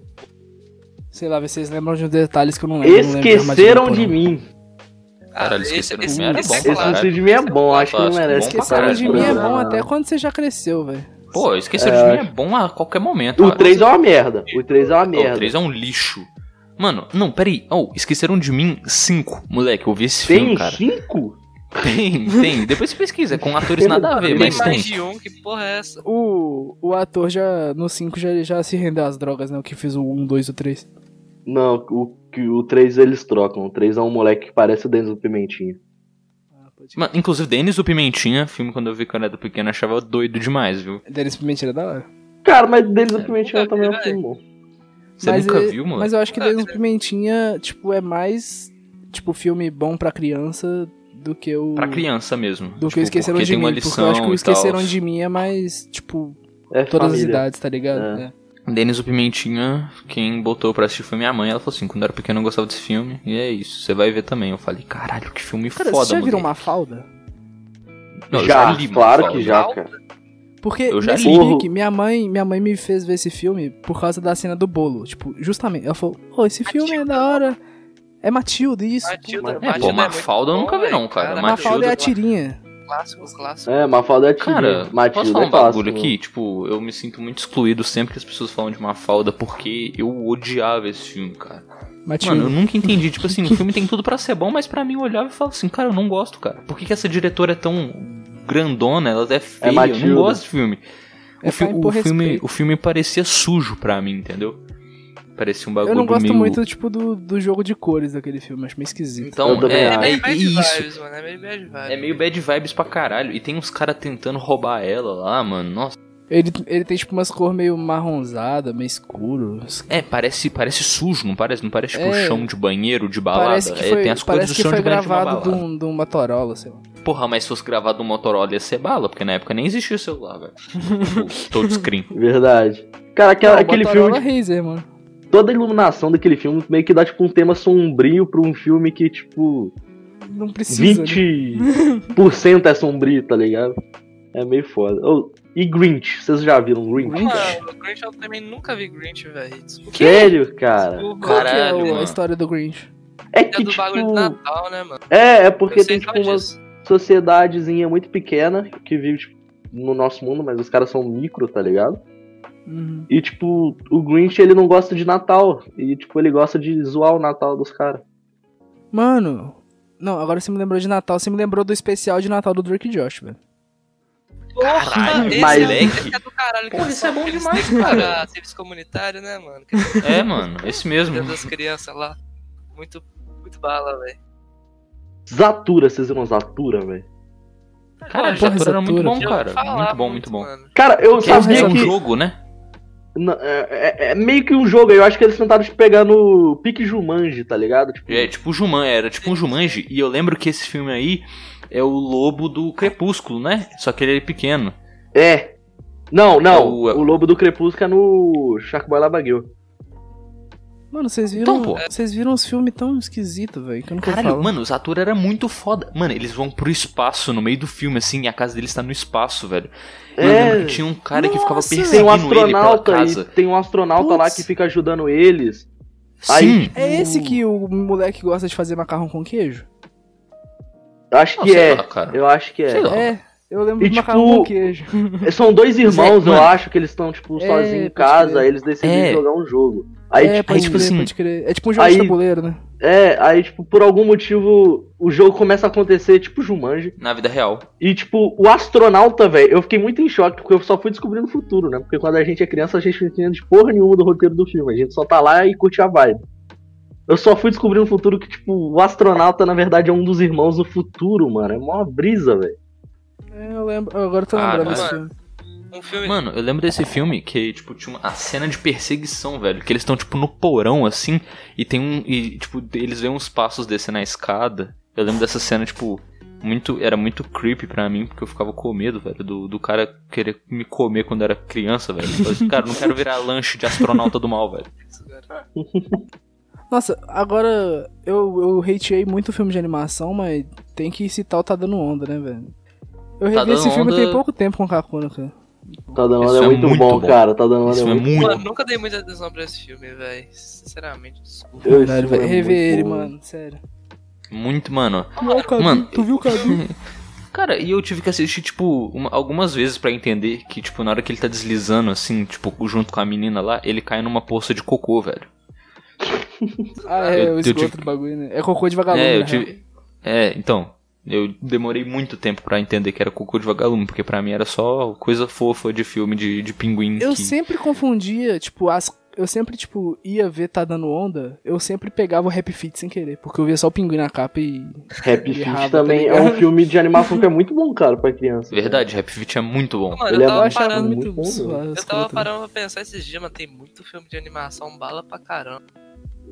Sei lá, vocês lembram de uns detalhes que eu não lembro. um não lembro, mas eu
Esqueceram
não
de
lembro.
mim.
Caralho,
Ah, esse-
esqueceram de
esse-
mim era
esse
bom,
é
Esse
claro.
Esqueceram de mim é bom, acho que não
um Clássico,
merece
bom
que
pra
Esqueceram
caralho,
de mim é
programa.
bom até quando você já cresceu, velho.
Pô, esqueceram
É,
de mim é bom a qualquer momento.
O
cara.
3 é uma merda. O 3 é uma
Não, o
merda.
3 é um lixo. Mano, não, peraí. Oh, esqueceram de mim 5. Moleque, eu vi esse
Tem
um filme, cara.
5?
Tem, tem. Depois você pesquisa. Com atores nada a ver,
Tem
Tem
mas tem.
mais de um, que porra é essa?
O, o ator já, no 5, já, já se rendeu às drogas, né? O que fez o 1, 2 e o 3.
Não, o, que o 3 eles trocam. O 3 é um moleque que parece o Denis do Pimentinha.
Ah,
Mano, inclusive, Denis do Pimentinha, filme quando eu vi quando era pequeno, achava doido demais, viu?
Denis Pimentinha era da hora.
Cara, mas Denis do Pimentinha
nunca
também é
vi,
um filme bom.
Você
Mas
nunca
ele-
viu, mano?
Mas eu acho que
Ah,
Denis
é.
Pimentinha, tipo, é mais, tipo, filme bom pra criança do que o...
Pra criança mesmo.
é Do que
Tipo,
o Esqueceram
porque
de
tem uma
Mim, porque eu acho que o
lição e tal.
Esqueceram de Mim é mais, tipo,
É
todas as
família.
idades, tá ligado?
É.
É.
Denis do Pimentinha, quem botou pra assistir foi minha mãe. Ela falou assim: quando eu era pequeno eu gostava desse filme. E é isso, você vai ver também. Eu falei: caralho, que filme
Cara,
foda,
vocês já viram
moleque."
uma falda?
Não, é eu
já,
li
claro
Mafalda.
que já, cara.
Porque
Eu já
nesse
li.
pique, minha mãe, minha mãe me fez ver esse filme por causa da cena do bolo. Tipo, justamente. Ela falou, pô, esse filme é da hora. É Matilda, isso.
Matilda,
mas-
É, pô,
Matilda é muito
Mafalda eu
bom,
nunca vi, não,
velho.
cara.
Cara,
Mafalda
Matilda
é a tirinha.
Clássico, clássico.
É, Mafalda é Tibi.
Cara,
Matilda
posso falar
é
um
clássico,
bagulho
né?
aqui? Tipo, eu me sinto muito excluído sempre que as pessoas falam de Mafalda, porque eu odiava esse filme, cara.
Matilda.
Mano, eu nunca entendi. Tipo assim, o filme tem tudo pra ser bom, mas pra mim eu olhava e falava assim, cara, eu não gosto, cara. Por que, que essa diretora é tão grandona? Ela é feia, eu
Matilda.
não gosto desse filme.
É
O, fi-
pra
o
impor
filme,
respeito.
o filme parecia sujo pra mim, entendeu? Parecia um bagulho
eu não gosto
meio...
muito, tipo, do, do jogo de cores daquele filme, acho meio esquisito.
Eu
Então,
também
é,
acho.
é,
meio
é
bad
isso.
vibes, mano. É meio bad vibes.
É meio bad vibes pra caralho. E tem uns caras tentando roubar ela lá, mano. Nossa.
Ele, ele tem, tipo, umas cores meio marronzada, meio escuro.
É, parece, parece sujo, não parece? Não parece tipo
É.
chão de banheiro, de balada.
Parece que
É,
foi,
tem as coisas
parece
do
que
chão
foi
de banheiro de uma
gravado de
balada.
um, de um Motorola, sei lá.
Porra, mas se fosse gravado no Motorola ia ser bala, porque na época nem existia o celular, velho. Tipo, Touchscreen.
Verdade. Cara, aquela-
Não,
aquele filme,
Motorola Razer, mano.
tipo, toda a iluminação daquele filme meio que dá, tipo, um tema sombrio pra um filme que, tipo,
Não precisa. né?
20% é sombrio, tá ligado? É meio foda. Ô, e Grinch, vocês já viram Grinch?
Ah, Mano, o Grinch eu também nunca vi Grinch, velho. Desculpa.
Sério, cara?
Desculpa.
Qual que é
Caralho,
o- a
mano.
história do Grinch?
É
É
que,
do bagulho de
tipo...
Natal, né, mano?
É, é porque
eu sei
tem, tipo,
só
uma
disso.
sociedadezinha muito pequena que vive, tipo, no nosso mundo, mas os caras são micro, tá ligado?
Uhum.
E, tipo, o Grinch, ele não gosta de Natal. E, tipo, ele gosta de zoar o Natal dos caras.
Mano, não, agora você me lembrou de Natal, você me lembrou do especial de Natal do Drake e Josh, velho.
Caralho,
esse
mas-
é, esse é do caralho.
Porra, isso é bom demais,
cara. Serviço comunitário, né, mano? Que
É, mano, esse mesmo.
cuida das crianças lá. Muito, muito bala, velho.
Zatura, vocês viram Zatura, velho?
Cara,
Porra,
o Jatura
Zatura.
era muito bom,
já
cara.
ouvi falar
Muito bom, muito bom.
mano.
Cara, eu
Que é
sabia
um
que...
jogo, né?
Não, é, é- é meio que um jogo, eu acho que eles tentaram te pegar no pique Jumanji, tá ligado? Tipo,
É tipo Juman, era tipo um Jumanji. E eu lembro que esse filme aí é o lobo do Crepúsculo, né? Só que ele é pequeno.
é. Não, não,
É
o,
o-
Lobo do Crepúsculo é no Sharkboy Labagueu.
Mano, vocês viram,
Então, pô.
vocês viram uns filmes tão esquisitos, velho, que eu nunca
Caralho,
falo.
mano, os atores era muito foda. Mano, eles vão pro espaço no meio do filme, assim, e a casa deles tá no espaço, velho. Eu
É.
lembro que tinha um cara que ficava
Nossa.
Tem um
perseguindo ele pela
astronauta, e
casa.
tem um astronauta
Putz.
lá que fica ajudando eles.
Sim,
Aí-
É esse que o moleque gosta de fazer macarrão com queijo?
Eu acho
Não,
que
Ah, sei
é.
lá, cara.
eu acho que é.
Sei lá.
É, eu lembro
E,
de macarrão
tipo,
com queijo.
São dois irmãos, eu
mano.
acho, que eles estão, tipo,
É,
sozinhos em
pode
casa,
crer.
aí eles decidem
É.
jogar um jogo. Aí,
é,
tipo,
pode
tipo
crer,
assim,
pode crer. É tipo um jogo
aí-
de tabuleiro, né?
é, aí, tipo, por algum motivo, o jogo começa a acontecer, tipo, Jumanji.
Na vida real.
E, tipo, o astronauta, velho, eu fiquei muito em choque, porque eu só fui descobrir no futuro, né? Porque quando a gente é criança, a gente não entende porra nenhuma do roteiro do filme. A gente só tá lá e curte a vibe. Eu só fui descobrir no futuro que, tipo, o astronauta, na verdade, é um dos irmãos do futuro, mano. É mó brisa, velho.
É, eu lembro. Agora eu tô
Ah,
lembrando
mas-
desse filme.
Um filme.
Mano, eu lembro desse filme que, tipo, tinha uma a cena de perseguição, velho. Que eles estão, tipo, no porão, assim, e tem um. E, tipo, eles veem uns passos descendo a escada. Eu lembro dessa cena, tipo, muito. Era muito creepy pra mim, porque eu ficava com medo, velho, do, do cara querer me comer quando era criança, velho. Eu falei assim, cara, eu não quero virar lanche de astronauta do mal, velho.
Nossa, agora eu, eu hateei muito filme de animação, mas tem que citar o Tá Dando Onda, né, velho? Eu
Tá
revi esse
Dando
filme
Onda-
tem pouco tempo com o Kakuna, cara.
Tá dando
Isso
onda é
é
muito,
muito
bom,
bom.
cara. Tá dando onda é
Isso é
muito
muito.
Mano, nunca dei muita atenção pra esse filme, velho. Sinceramente, desculpa.
Eu-
Caralho,
isso é
velho. Rever
muito
ele,
bom.
mano, sério.
Muito, mano.
Cadu,
Mano,
tu viu é o Cadu?
Cara, e eu tive que assistir, tipo, uma- algumas vezes pra entender que, tipo, na hora que ele tá deslizando, assim, tipo, junto com a menina lá, ele cai numa poça de cocô, velho.
Ah, é,
eu-
o
eu
esgoto
tive-
do bagulho, né? É cocô de vagalume,
é, eu
né?
tive. É, então. Eu demorei muito tempo pra entender que era cocô de vagalume, porque pra mim era só coisa fofa de filme de, de pinguim.
Eu
que-
sempre confundia, tipo, as. Eu sempre, tipo, ia ver Tá Dando Onda, eu sempre pegava o Happy Feet sem querer, porque eu via só o pinguim na capa e.
Happy
Errado,
Feet
tá
também é
ligado?
um filme de animação que é muito bom, cara, pra criança.
Verdade, Happy Feet é muito bom.
Mano,
Ele é
Eu
eu tava
baixo,
achava
parando.
muito
muito.
bom,
suado,
Eu tava
escroto.
parando pra pensar esses dias, mas tem muito filme de animação bala pra caramba.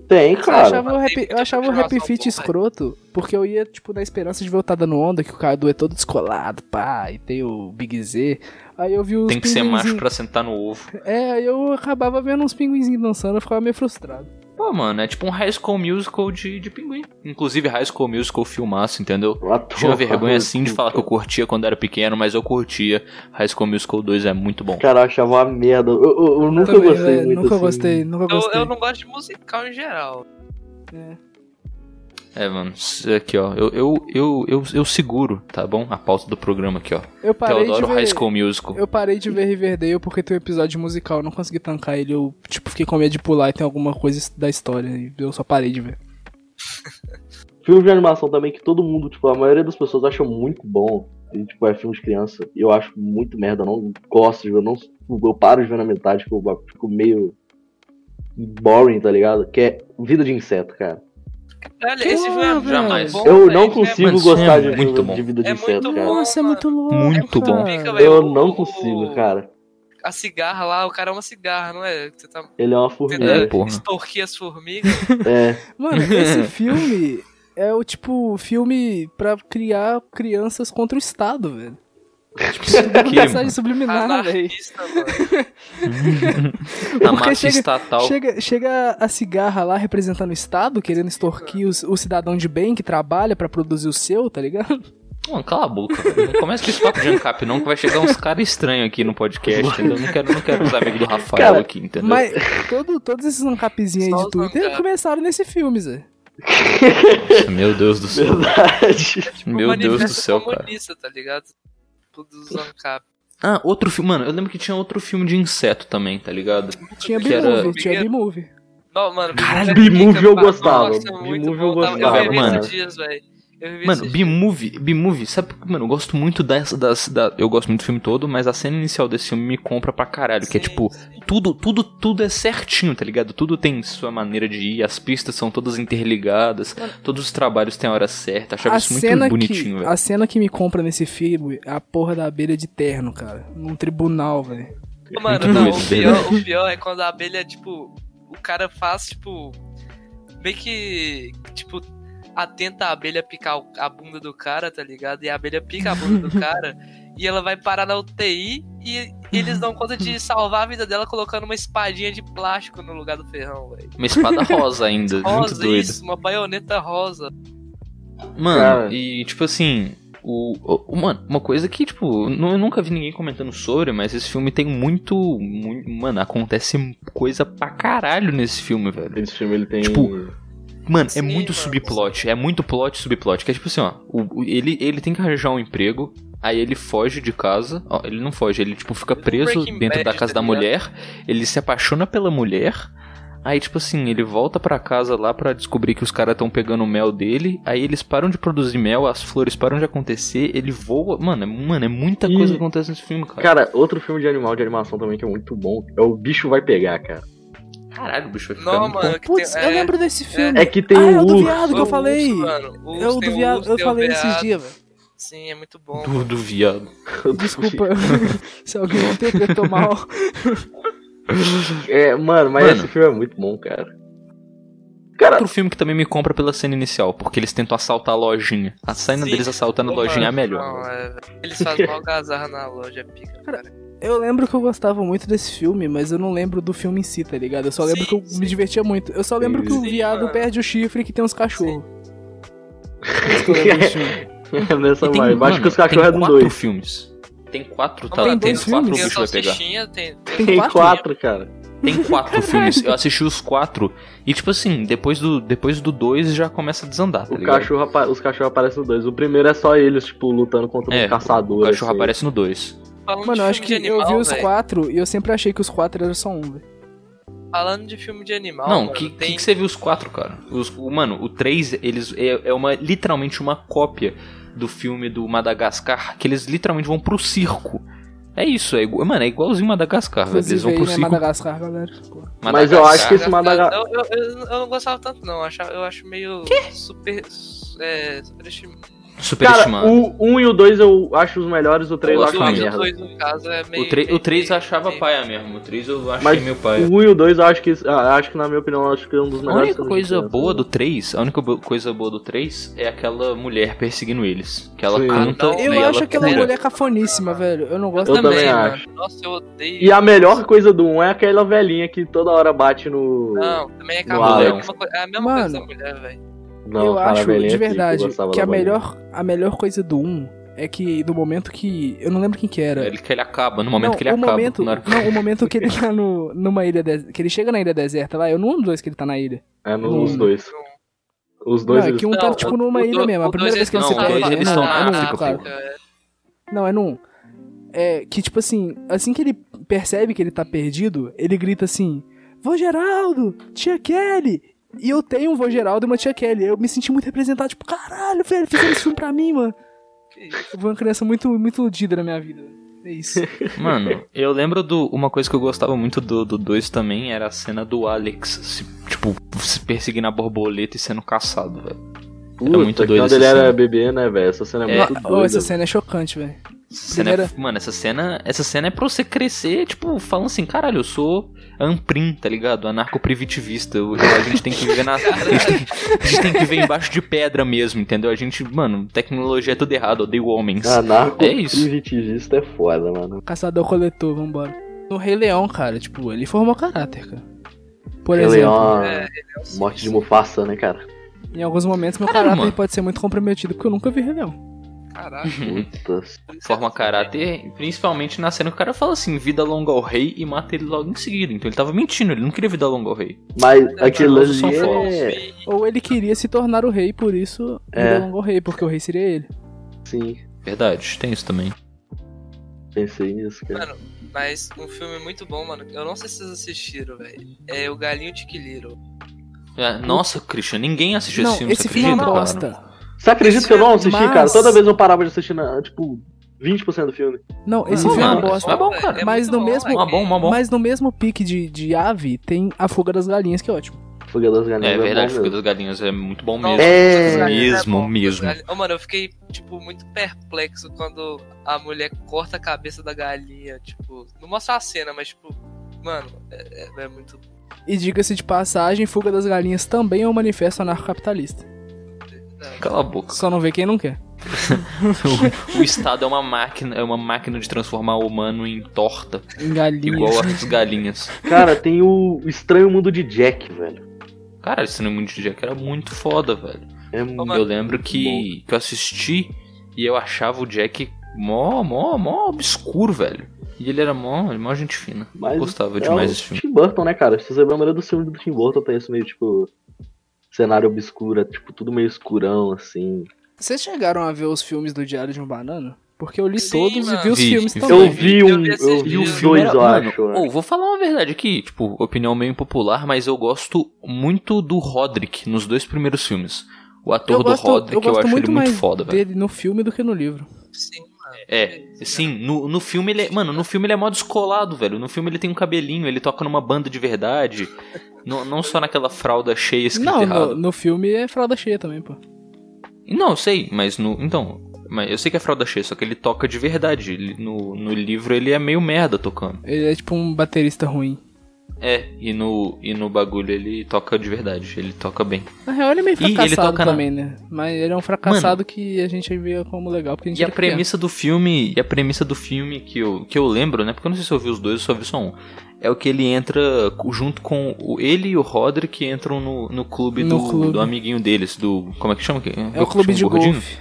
Tem,
Eu
cara.
achava, o rap, eu achava o rap fit
Continuação,
escroto, porque eu ia, tipo, na esperança de ver o Tá Dando Onda, que o Cadu é todo descolado, pá, e tem o Big Z. Aí eu vi os
Tem que ser macho
pinguinzinhos-
pra sentar no ovo.
É, aí eu acabava vendo uns pinguinzinhos dançando, eu ficava meio frustrado.
Pô, mano, é tipo um high school musical de, de pinguim. Inclusive, high school musical filmaço, entendeu?
Eu adoro
Tinha vergonha
High
assim de
School,
falar que eu
cara.
curtia quando era pequeno, mas eu curtia. High School Musical 2 é muito bom.
Cara, eu achava uma merda. Eu, eu- eu nunca
Também,
gostei
é,
muito.
Nunca
assim.
gostei, nunca
Eu,
gostei.
eu não gosto de musical em geral.
É, mano, isso aqui, ó. Eu, eu, eu, eu, eu seguro, tá bom? A pauta do programa aqui, ó.
Eu parei de
Teodoro High
ver.
School Musical.
Eu parei de ver Riverdale porque tem um episódio musical, eu não consegui tancar ele, eu tipo fiquei com medo de pular e tem alguma coisa da história, e eu só parei de ver.
Filme de animação também que todo mundo, tipo, a maioria das pessoas acham muito bom. E, tipo, é filme de criança. E eu acho muito merda. Eu não gosto de ver. Eu, não, eu paro de ver na metade. Tipo, eu fico meio boring, tá ligado? Que é Vida de Inseto, cara.
Olha, esse filme é muito
Jamais.
bom,
eu
velho.
não
Esse filme é
consigo
mano,
gostar
isso é
de,
muito
vida-
bom.
de Vida de
É
Inseto,
muito
cara.
bom.
Nossa, é muito louco.
Muito
cara.
bom.
Pica, velho.
Eu
O-
não
o-
consigo, cara.
A cigarra lá, o cara é uma cigarra, não é? Você tá
Ele é uma formiga.
É,
É.
porra.
extorquindo as formigas.
É,
Mano, esse filme é o tipo filme pra criar crianças contra o Estado, velho. Tipo,
Aqui,
Mensagem
mano,
subliminar, velho.
Anarquista, mano.
a massa
chega-
estatal.
Chega, chega a cigarra lá representando o Estado, querendo extorquir os- o cidadão de bem que trabalha pra produzir o seu, tá ligado?
Mano, cala a boca. velho. Não começa com esse papo de ANCAP, não, que vai chegar uns caras estranhos aqui no podcast, entendeu? Não quero, não quero os amigos do Rafael
Cara,
aqui, entendeu?
Mas todo- todos esses ancapzinhos aí
Só
de
os
Twitter
ancap.
começaram nesse filme, Zé.
Meu Deus do céu.
verdade.
Tipo,
Meu Deus do
Manifesto
céu, cara.
comunista, tá ligado? Tudo dos ANCAP.
Ah, outro filme. Mano, eu lembro que tinha outro filme de inseto também, tá ligado?
Tinha
Que era-
B-Movie, tinha B-Movie.
Não, mano,
Caralho,
Bimuvi é
Bee Movie eu
Bimuvi
gostava. Bee
Bimuvi
Movie eu
é Eu
gostava,
revi
mano.
esses dias, velho. Eu revi
Mano,
esses
B-Movie, B-Movie, sabe, mano, eu gosto muito dessa, das, da, eu gosto muito do filme todo, mas a cena inicial desse filme me compra pra caralho, que é
Sim,
tipo, tudo, tudo, tudo é certinho, tá ligado? Tudo tem sua maneira de ir, as pistas são todas interligadas, todos os trabalhos têm a hora certa, achava
A
isso
cena,
muito
que,
bonitinho, velho.
a cena que me compra nesse filme é a porra da abelha de terno, cara. Num tribunal, velho.
Ô, Mano,
Muito
não,
doido,
o pior, o pior é quando a abelha, tipo, o cara faz, tipo, meio que, tipo, atenta a abelha picar o- a bunda do cara, tá ligado? E a abelha pica a bunda do cara e ela vai parar na UTI e eles dão conta de salvar a vida dela colocando uma espadinha de plástico no lugar do ferrão, velho.
Uma espada rosa ainda, é muito
Rosa,
doido.
isso, uma baioneta rosa.
Mano,
Cara.
e tipo assim. O, o- o- mano, uma coisa que, tipo, nu- eu nunca vi ninguém comentando sobre, mas esse filme tem muito. mui- mano, acontece coisa pra caralho nesse filme, velho.
Esse filme ele tem.
Tipo, Mano, é
Sim,
muito
mano.
subplot. É muito plot subplot. Que é tipo assim, ó. o- o- ele, ele tem que arranjar um emprego. Aí ele foge de casa. Ó, ele não foge, ele tipo fica
Um
preso
Breaking
dentro
Bad,
da casa
tá
da
ligado?
mulher. Ele se apaixona pela mulher. Aí, tipo assim, ele volta pra casa lá pra descobrir que os caras estão pegando o mel dele. Aí eles param de produzir mel, as flores param de acontecer, ele voa. Mano, é, mano, é muita
Ih.
coisa que acontece nesse filme, cara.
Cara, outro filme de animal, de animação também que é muito bom, é o Bicho Vai Pegar, cara.
Caralho, bicho, vai ficar
Não,
muito
mano,
bom.
que tem-
Putz, eu
é-
lembro desse filme.
É que tem
ah, é o
o
do
urso.
viado que eu falei.
Urso, mano. Urso,
é o
tem
do viado,
urso,
eu
tem o
falei esses
veado.
dias, velho.
Sim, é muito bom.
Do, do viado.
Desculpa se alguém me interpretou mal.
É, mano, mas
Mano.
esse filme é muito bom, cara. Cara,
Outro filme que também me compra pela cena inicial, porque eles tentam assaltar a lojinha. A cena
Sim,
deles assaltando a
mano,
lojinha é a melhor.
Não, é, velho. eles fazem mal algazarra na loja, é pica.
Eu lembro que eu gostava muito desse filme, mas eu não lembro do filme em si, tá ligado? Eu só lembro
Sim,
que eu
sim.
me divertia muito. Eu só lembro que o
Sim,
viado
mano.
perde o chifre e que tem uns cachorros. É isso que eu lembro desse filme.
nessa
E tem-
vibe. Acho
mano,
que os cachorros
tem
é do
quatro
2.
filmes. Tem quatro,
Não,
tá?
tem
Tem,
dois
quatro
filmes?
Tem
bichos
o
bicho vai pegar.
salsichinha, tem, tem,
Tem
quatro?
quatro, cara.
Tem quatro filmes. Eu assisti os quatro e, tipo assim, depois do depois do dois já começa a desandar, tá
O
ligado?
cachorro, apa- os cachorros aparecem no dois. O primeiro é só eles, tipo, lutando contra
É,
um caçador.
O cachorro
assim.
aparece no dois.
Falando
Mano,
de
eu acho
Um filme
que
de animal,
eu vi os
velho.
quatro e eu sempre achei que os quatro eram só um, velho.
Falando de filme de animal,
Não,
mano,
que, que
tem...
que você viu os quatro, cara? Os, o, mano, o três eles, é, é uma, literalmente uma cópia do filme do Madagascar, que eles literalmente vão pro circo. É isso, é igual, mano, é igualzinho Madagascar, velho. Eles
Inclusive
vão
aí,
pro
né,
circo.
Madagascar, galera.
Mas eu acho que esse Madagascar.
Eu, eu, eu- eu não gostava tanto, não. Eu, achava- eu acho meio super. É, superestimado.
Cara,
Superestimado.
o 1 um e o 2 eu acho os melhores, o 3 eu
Eu
acho
gosto
uma
muito.
merda.
dois, no caso, é meio.
O, tre- o
meio-
3 eu achava
meio-
paia mesmo. O 3 eu achei
Mas
meu paia.
O 1 e o 2 eu acho que, ah, acho que, na minha opinião, eu acho que é um dos
A
melhores.
única
filmes
coisa
de criança. né?
boa do 3, a única bo- coisa boa do 3 é aquela mulher perseguindo eles. Que ela
Sim.
canta.
Ah, não.
né,
Eu
e
acho
ela
aquela
cura.
mulher cafoníssima, velho. Eu não gosto
Eu também
mano.
acho.
Nossa, eu odeio.
E a melhor coisa do 1 é aquela velhinha que toda hora bate no.
Não, também é
Uau.
cavalo. É a mesma coisa- é a mesma coisa da
Mano.
mulher, velho.
Não,
eu
cara, a
acho,
velhinha
de
assim, que
verdade,
gostava
que
da
a
velhinha.
melhor, a melhor coisa do um é que no momento que. Eu não lembro quem que era.
Ele, que ele acaba, É, no momento
não,
que ele
o
acaba.
Momento,
na hora que-
Não, o momento que ele tá no, numa ilha des- que ele chega na ilha deserta lá, eu não lembro dos dois que ele tá na ilha.
É,
Não.
nos dois. Os dois.
um. não, é
eles-
que um
Não,
tá tipo numa
o
ilha
do-
mesmo. A
o
primeira vez
dois
que
eles
você
não, o
vê
dois
ele,
eles
é
estão
no-
na
é no um,
África,
cara.
pô.
É,
Não, é num. É que tipo assim, assim que ele percebe que ele tá perdido, ele grita assim: Vô Geraldo, tia Kelly! E eu tenho um vô Geraldo e uma tia Kelly. Eu me senti muito representado, tipo, caralho, velho, fizeram esse filme pra mim, mano.
que isso.
Eu fui uma criança muito, muito iludida na minha vida. É isso.
Mano, eu lembro do. Uma coisa que eu gostava muito do 2 também era a cena do Alex, se, tipo, se perseguindo a borboleta e sendo caçado, velho.
Puta,
É muito doido
Quando
essa
ele
cena.
era bebê, né, velho? Essa cena é,
É.
muito
Oh,
doida.
essa cena é chocante, velho.
Essa cena é-
Primeira-
mano, essa cena, essa cena é pra você crescer, tipo, falando assim, caralho, eu sou amprim, tá ligado? Anarcoprivitivista. Eu- eu- A gente tem que viver na. A gente, tem, a gente tem que viver embaixo de pedra mesmo, entendeu? A gente, mano, tecnologia é tudo errado, odeio homens.
Anarco
É isso.
primitivista Ah, é foda, mano.
Caçador-coletor, vambora. No Rei Leão, cara, tipo, ele formou caráter, cara. Por
Ele é
exemplo,
uma
É, ele é um
morte de
suicídio,
Mufasa, né, cara?
em alguns momentos meu
Caralho,
caráter
mano.
pode ser muito comprometido, porque eu nunca vi Rei Leão.
Caralho.
Uhum.
Puta.
Forma caráter, principalmente na cena que o cara fala assim, vida longa ao rei e mata ele logo em seguida. Então ele tava mentindo, ele não queria vida longa ao rei.
Mas aquilo
mas são
ali
fortes,
é.
Ou ele queria se tornar o rei, por isso
É.
ele alongou o rei, porque o rei seria ele.
Sim,
Verdade, tem isso também.
pensei nisso, cara.
Mano, mas um filme muito bom, mano. Eu não sei se vocês assistiram, velho. É o Galinho de Quiliro.
Ah, Nossa, Christian, ninguém assistiu
não,
esse filme,
esse
você
filme é
acredita,
uma
cara?
bosta.
Você acredita que
é
eu não assisti,
Mas-
cara? Toda vez eu parava de assistir, na, tipo, 20% do filme.
Não, esse
Não,
filme é uma
mano,
bosta.
é bom, cara.
velho,
Mas
muito
no mesmo-
velho.
Uma bom, uma bom.
Mas no mesmo pique de, de ave, tem a fuga das galinhas, que é ótimo.
Fuga das
É
Galinhas.
verdade,
bom
Fuga
mesmo.
das Galinhas é muito bom
Nossa,
mesmo.
É.
Galinha
Mesmo,
bom.
mesmo.
Ô, mano, eu fiquei, tipo, muito perplexo quando a mulher corta a cabeça da galinha. Tipo, não mostra a cena, mas, tipo, mano, é, é- é muito.
E diga-se de passagem, fuga das galinhas também é um manifesto anarcocapitalista.
Cala a boca.
Só não vê quem não quer.
O Estado é uma máquina, é uma máquina de transformar o humano em torta,
Em galinha.
igual as galinhas.
Cara, tem o Estranho Mundo de Jack, velho.
Cara, esse cinema de Jack era muito foda, velho.
É muito
mano.
Eu lembro que, que eu assisti e eu achava o Jack mó, mó, mó obscuro, velho. E ele era mó, mó gente fina.
Mas
eu gostava
é
demais
o
desse filme.
Tim Burton, né, cara? Se você vê a maioria dos filmes do Tim Burton, tem esse meio, tipo... cenário obscuro, é, tipo, tudo meio escurão, assim.
Vocês chegaram a ver os filmes do Diário de um Banana? Porque eu li
Sim,
todos
mano.
e vi os
Vi,
filmes
vi.
também.
Eu vi
Eu
um,
vi
eu
esses
vi os
dias.
dois, eu
Mano,
acho. né?
ou vou falar uma verdade aqui, tipo, opinião meio impopular, mas eu gosto muito do Roderick nos dois primeiros filmes. O ator do Roderick, eu, acho ele muito foda, velho.
dele no filme do que no livro.
Sim, mano.
É, sim, no, no filme ele é. Mano, no filme ele é mó descolado, velho. No filme ele tem um cabelinho, ele toca numa banda de verdade. não não só naquela fralda cheia escrita
Não, no,
errado.
no filme é fralda cheia também, pô.
Não, eu sei, mas no. Então. Mas eu sei que é fralda cheia, só que ele toca de verdade. Ele- no, no livro ele é meio merda tocando.
Ele é tipo um baterista ruim.
É, e no, e no bagulho ele toca de verdade. Ele toca bem.
Na real, ele é meio
Ih, ele
fracassado
toca na-
também, né? Mas ele é um fracassado que a gente via como legal, porque a gente
E a
era pequeno.
premissa do filme, e a premissa do filme que eu, que eu lembro, né? Porque eu não sei se eu vi os dois, eu só vi só um. É o que ele entra co- junto com o, ele e o Roderick que entram no, no clube,
No
do,
clube.
do amiguinho deles, do como é que chama? aquele?
É o clube de
gordinho?
golfe.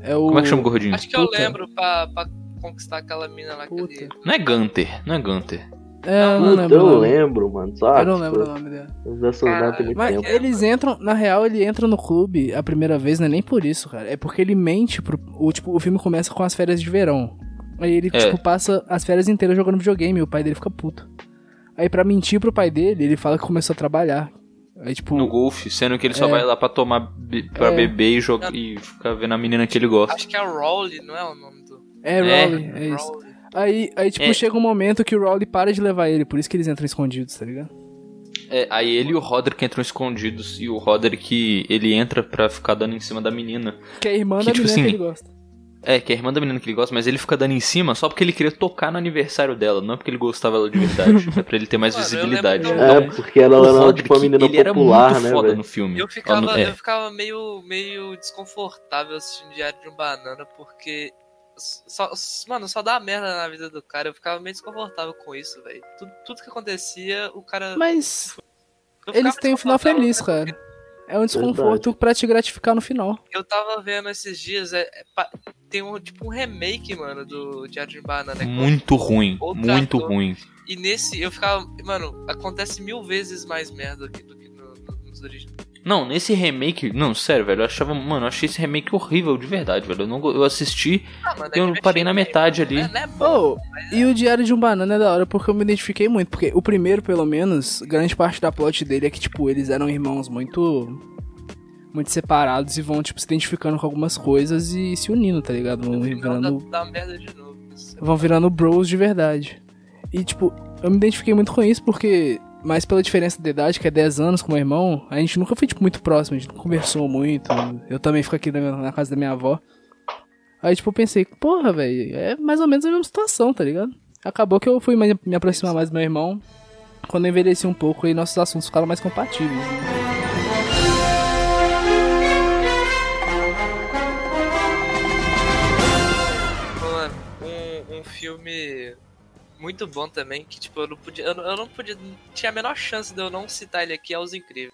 É o...
Como é que chama o gordinho?
Acho que eu
Puta.
lembro pra, pra conquistar aquela mina lá. Cadê?
Puta.
Não é Gunter, não é Gunter.
É, eu não
Puta,
lembro.
eu
o nome.
lembro, mano. Sabe? Tipo,
Eu não lembro o nome dela.
Dessas merdas tem muito
Mas é,
tempo.
eles entram, na real, ele entra no clube a primeira vez, não é nem por isso, cara. É porque ele mente pro. O, tipo, o filme começa com as férias de verão. Aí ele,
É.
tipo, passa as férias inteiras jogando videogame e o pai dele fica puto. Aí, pra mentir pro pai dele, ele fala que começou a trabalhar. Aí, tipo.
No golfe, sendo que ele só
É.
vai lá pra tomar, be- pra
É.
beber e, jogar, e ficar vendo a menina que ele gosta.
Acho que é a Rowley, não é o nome do.
É,
É.
Rowley, é isso.
Rowley.
Aí, aí tipo,
É.
chega um momento que o Rowley para de levar ele, por isso que eles entram escondidos, tá ligado?
É, aí ele e o Roderick entram escondidos e o Roderick ele entra pra ficar dando em cima da menina.
Que é a irmã
Que,
da
tipo
menina que
assim,
ele gosta.
É, que é a irmã da menina que ele gosta, mas ele fica dando em cima só porque ele queria tocar no aniversário dela, não é porque ele gostava dela de verdade. é pra ele ter mais
Mano, eu
visibilidade.
lembro-
É,
Então,
porque ela
o
era
Roderick,
tipo a menina
ele era
popular,
muito
né,
foda
velho?
no filme.
Eu ficava,
Ó, no- é.
eu ficava meio, meio desconfortável assistindo Diário de um Banana, porque. Só, mano, só dá merda na vida do cara. Eu ficava meio desconfortável com isso, velho. Tudo, tudo que acontecia, o cara.
Mas
eu ficava
eles têm um final
desconfortável,
feliz,
né?
cara. É um desconforto pra te gratificar no final.
Eu tava vendo esses dias, é- é pa- tem um tipo um remake, mano, do Diário de um Banana. é
Muito ruim,
Outra
muito
ator.
ruim.
E nesse eu ficava. Mano, acontece mil vezes mais merda aqui do que no- no- nos originais.
Não, nesse remake, não, sério, velho, eu achava, mano, eu achei esse remake horrível de verdade, velho. Eu, não, go- eu assisti,
Ah, mano, é
eu
divertido,
parei na
né?
metade ali.
Não é, não é bom.
Oh, e o Diário de um Banana é da hora porque eu me identifiquei muito. Porque o primeiro, pelo menos, grande parte da plot dele é que, tipo, eles eram irmãos muito. Muito separados e vão, tipo, se identificando com algumas coisas e se unindo, tá ligado? Vão
No final dá,
virando
dá merda de novo. Isso é
vão virando bros de verdade. E, tipo, eu me identifiquei muito com isso porque, mais pela diferença de idade, que é 10 anos com meu irmão, a gente nunca foi, tipo, muito próximo, a gente não conversou muito. Eu também fico aqui na, minha- na casa da minha avó. Aí, tipo, eu pensei, porra, velho, é mais ou menos a mesma situação, tá ligado? Acabou que eu fui mais- me aproximar mais do meu irmão. Quando eu envelheci um pouco, aí nossos assuntos ficaram mais compatíveis. né?
Mano, um, um filme muito bom também, que tipo, eu não podia. Eu, não- eu não podia. não Tinha a menor chance de eu não citar ele aqui, é Os Incríveis.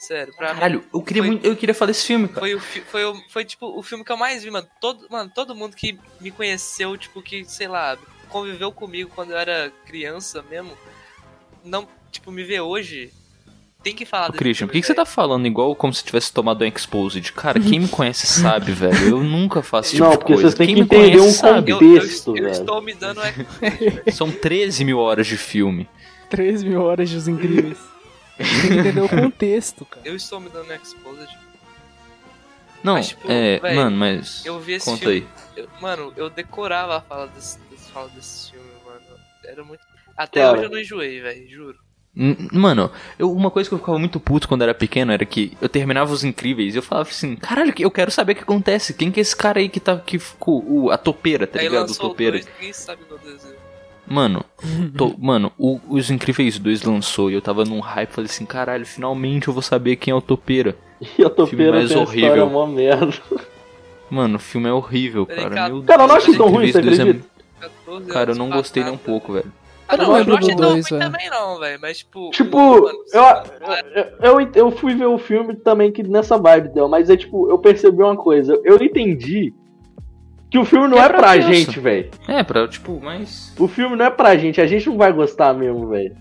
Sério, pra mim.
Caralho, eu queria
Foi-
muito, eu queria falar desse filme, cara.
Foi, o, fi- foi, o- foi tipo o filme que eu mais vi, mano. Todo, mano, todo mundo que me conheceu, tipo, que, sei lá, conviveu comigo quando eu era criança mesmo, não, tipo, me vê hoje, tem que falar
Ô,
desse
Christian, por que,
filme,
que você
velho.
tá falando igual como se tivesse tomado um Exposed? Cara, quem me conhece sabe, velho. Eu nunca faço esse tipo
Não,
de
porque
coisa.
vocês têm
quem
que
me
entender
conhece
um
sabe.
Eu,
Texto,
eu, eu
velho.
estou me dando. é-
São 13 mil horas de filme.
3 mil horas de Os Incríveis. Tem que entender o contexto, cara.
Eu estou me dando exposed.
Não,
Mas, tipo,
é.
velho,
mano, mas.
Eu vi esse
Conta
filme.
aí.
eu- mano, eu decorava a fala desse, desse- fala desse filme, mano. Era muito. Até
Cara.
hoje eu não enjoei, velho, juro.
N- Mano, eu- uma coisa que eu ficava muito puto quando era pequeno era que eu terminava os incríveis e eu falava assim: caralho, eu quero saber o que acontece. Quem que é esse cara aí que tá. que ficou. o- a topeira, tá
Aí
ligado? O
lançou o
topeira.
dois, ninguém sabe o que aconteceu.
Mano, tô- mano, o- os Incríveis 2 lançou e eu tava num hype falei assim: caralho, finalmente eu vou saber quem é o topeira.
E a topeira
mais
tem uma
horrível.
história mó merda.
Mano, o filme é horrível,
Peraí,
cara.
cara.
Meu
Cara, eu não
Deus,
acho tão
Os
ruim, você
Incríveis dois é-
14
Cara, eu
anos
não gostei nem um
passado.
pouco, velho.
Ah,
Eu
não,
não
eu
lembro
não achei
do
tão ruim
dois, é. velho.
também não, velho, mas tipo...
Tipo,
mano,
eu,
cara,
eu, eu, eu fui ver o filme também que nessa vibe deu, mas é tipo, eu percebi uma coisa, eu entendi que o filme não
É
é,
pra
pra,
criança.
gente, velho.
É, pra, tipo, mas.
O filme não é pra gente, a gente não vai gostar mesmo, velho.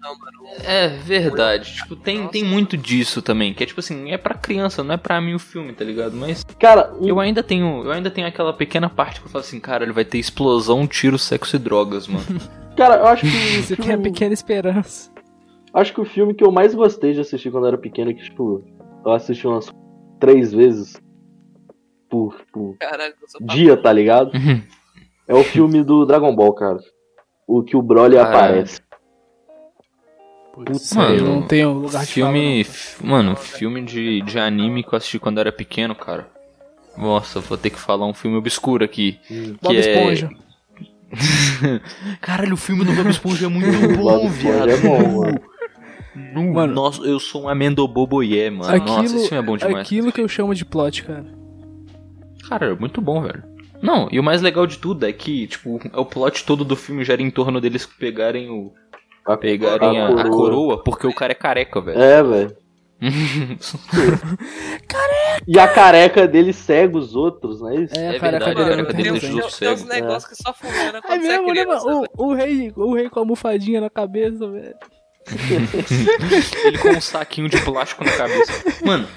não, mano.
É verdade. Tipo, tem, tem muito disso também. Que é tipo assim, é pra criança, não é pra mim o filme, tá ligado? Mas
Cara, um-
eu ainda tenho. Eu ainda tenho aquela pequena parte que eu falo assim, cara, ele vai ter explosão, tiro, sexo e drogas, mano.
cara, eu acho que.
Você
que
tem é a
o-
pequena esperança.
Acho que o filme que eu mais gostei de assistir quando eu era pequeno, que, tipo, eu assisti umas três vezes por, por
Caralho, eu sou
dia, tá ligado?
Uhum.
É o filme do Dragon Ball, cara. O que o Broly
Caralho.
aparece.
Putz,
mano,
eu não tenho lugar de
filme. f- Mano, filme de, de anime que eu assisti quando eu era pequeno, cara. Nossa, vou ter que falar um filme obscuro aqui.
Bob
que é-
Esponja.
Caralho, o filme do Bob Esponja é muito
Bob
bom,
Esponja
viado.
é bom, mano.
Nu,
Mano.
nossa, eu sou um amendoboboiê, mano. nossa, esse filme é bom demais.
aquilo que eu chamo de plot, cara.
Cara, é muito bom, velho. Não, e o mais legal de tudo é que, tipo, o plot todo do filme gira em torno deles pegarem o.
A-
Pegarem a, a coroa. porque o cara é careca, velho.
É, velho. E a careca dele cega os outros, não é isso?
É,
É
cara,
verdade,
a cadeira
cara,
é muito
cadê
tem,
o
uns-
Deus
recente.
tem,
do
uns- tem uns
cego?
negócios que só funciona
É
quando você é
mesmo, né,
criança.
mano? O, o rei, o rei com a almofadinha na cabeça, velho.
Ele com um saquinho de plástico na cabeça. Mano.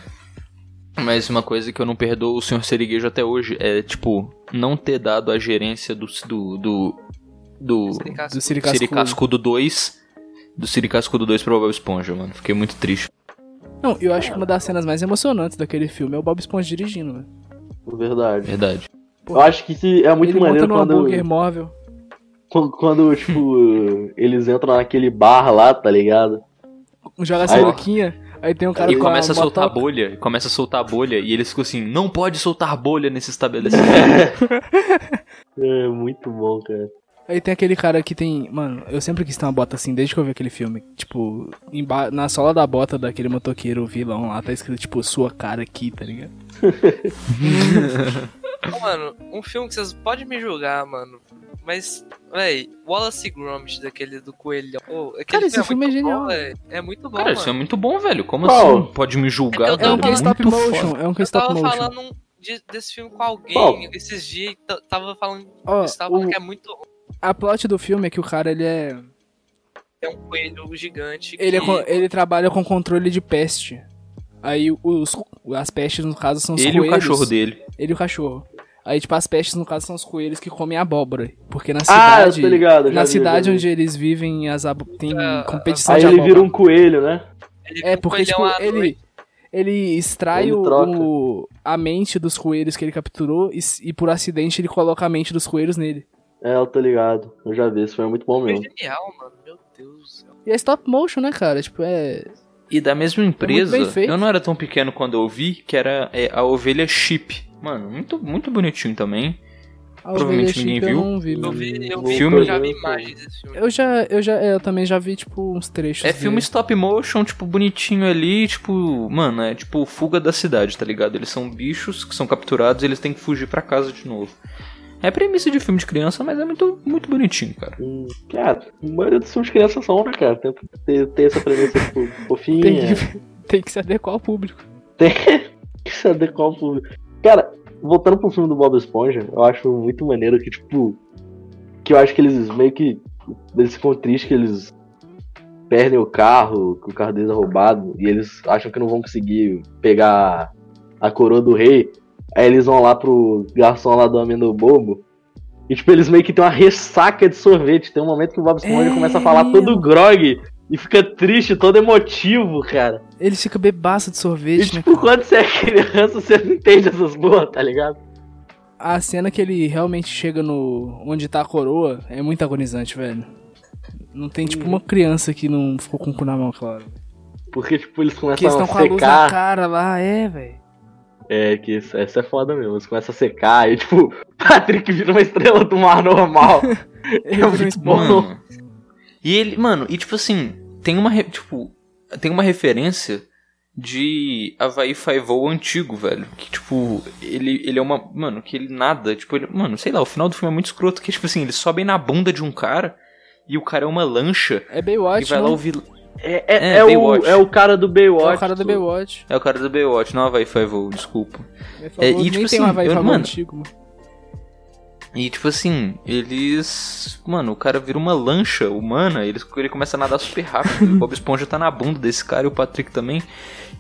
Mas uma coisa que eu não perdoo o senhor Serigueijo até hoje é, tipo, não ter dado a gerência do. do. do. do
Você assim. tem casco.
Do Siri
Siri
Cascudo.
Cascudo 2. Do Siri Cascudo 2 pro Bob Esponja, mano. Fiquei muito triste.
Não, eu acho que uma das cenas mais emocionantes daquele filme é o Bob Esponja dirigindo, velho.
Verdade.
é Verdade.
Eu acho que se- é muito
Ele
maneiro
monta num
quando.
hambúrguer móvel.
Quando, quando, tipo, eles entram naquele bar lá, tá ligado?
Joga
Aí-
essa louquinha, aí tem um cara
E
com
começa a
uma
soltar
motoca.
bolha, e começa a soltar bolha, e eles ficam assim, não pode soltar bolha nesse estabelecimento.
É muito bom, cara.
Aí tem aquele cara que tem. Mano, eu sempre quis ter uma bota assim, desde que eu vi aquele filme. Tipo, emba- na sola da bota daquele motoqueiro vilão lá, tá escrito, tipo, sua cara aqui, tá ligado?
Ô, Mano, um filme que vocês podem me julgar, mano. Mas, véi, Wallace e Gromit, daquele do coelhão. Ô, aquele
Cara, esse filme é
muito
genial.
Bom, véi. é muito bom,
Cara,
mano.
isso é muito bom, velho. Como
Qual?
assim? Pode me
É
julgar,
que eu
É
Não,
um
velho.
tava
que é stop
muito foda.
motion, é um que é
Eu
stop
tava
motion.
falando um- de- desse filme com alguém
Qual?
esses dias e t- tava falando,
Ó,
você tava falando
o-
que é muito ruim.
a plot do filme é que o cara, ele é...
É um coelho gigante.
Ele, é
que...
co- ele trabalha com controle de peste. Aí os, as pestes, no caso, são os
Ele e o
coelhos.
cachorro dele.
Ele e o cachorro. Aí, tipo, as pestes, no caso, são os coelhos que comem abóbora. Porque na
Ah, eu
cidade...
tô ligado. já
na
vi, já
cidade
vi.
onde eles vivem, as abo- tem
Ah,
competição
Aí
de
ele
abóbora.
vira um coelho, né?
ele
É,
fica um
porque, tipo,
coelhão à noite.
ele, ele extrai
Ele
o-
troca.
o- a mente dos coelhos que ele capturou e, s- e, por acidente, ele coloca a mente dos coelhos nele.
É, eu tô ligado. Eu já vi, isso foi muito bom
É
mesmo.
genial, mano. Meu Deus do céu.
E é stop motion, né, cara? Tipo, é...
E da mesma empresa,
bem feito.
eu não era tão pequeno quando eu vi, que era é, a ovelha Chip. Mano, muito, muito bonitinho também.
a
Provavelmente
ovelha chip
ninguém
eu
viu.
não vi,
Eu
mano.
vi, eu
Vou
vi,
filme-
eu já vi imagens desse filme.
Eu já, eu já, é, eu também já vi, tipo, uns trechos.
É
dele.
filme stop motion, tipo, bonitinho ali, tipo, mano, é tipo fuga da cidade, tá ligado? Eles são bichos que são capturados e eles têm que fugir pra casa de novo. É premissa de filme de criança, mas é muito, muito bonitinho, cara.
Hum, Cara, a maioria dos filmes de criança são, né, cara? Tem, tem, tem essa premissa tipo, fofinha.
Tem que,
é.
tem que se adequar ao público.
que se adequar ao público. Cara, voltando pro filme do Bob Esponja, eu acho muito maneiro que, tipo. Que eu acho que eles meio que. Eles ficam tristes que eles perdem o carro, que o carro deles é roubado, e eles acham que não vão conseguir pegar a coroa do rei. Aí eles vão lá pro garçom lá do Amendo Bobo. E tipo, eles meio que tem uma ressaca de sorvete. Tem um momento que o Bob Esponja
É
começa a falar todo grog e fica triste, todo emotivo, cara.
Ele fica bebaço de
E,
sorvete, né?
tipo, quando você é criança, você não entende essas porra, tá ligado?
A cena que ele realmente chega no. onde tá a coroa é muito agonizante, velho. Não tem, tipo, uma criança que não ficou com o cu na mão, claro.
Porque, tipo, eles
Porque eles
começam
estão
a
com a luz na
secar.
cara lá, é, velho.
É, que isso, essa é foda mesmo. Eles começam a secar e, tipo, Patrick vira uma estrela do mar normal.
É um
Ele
muito
fez-
bom.
Mano. E ele, mano, e tipo assim, tem uma, re- tipo, tem uma referência de Havaí Five-O antigo, velho. Que, tipo, ele, ele é uma. Mano, que ele nada. Tipo, ele, mano, sei lá, o final do filme é muito escroto. Que, tipo assim, eles sobem na bunda de um cara e o cara é uma lancha.
É
e
Baywatch,
vai
né?
lá o vil...
É, é,
É,
é o,
Baywatch.
é o cara do Baywatch. tipo,
É o cara do
tu-
Baywatch.
É o cara do Baywatch, não Havaí Five-O, desculpa.
Meu favorito.
e, tipo
Nem
assim,
tem um Havaí
eu-
Favor
mano,
antigo, mano.
E tipo assim, eles. Mano, o cara vira uma lancha humana, ele, ele começa a nadar super rápido. o Bob Esponja tá na bunda desse cara e o Patrick também.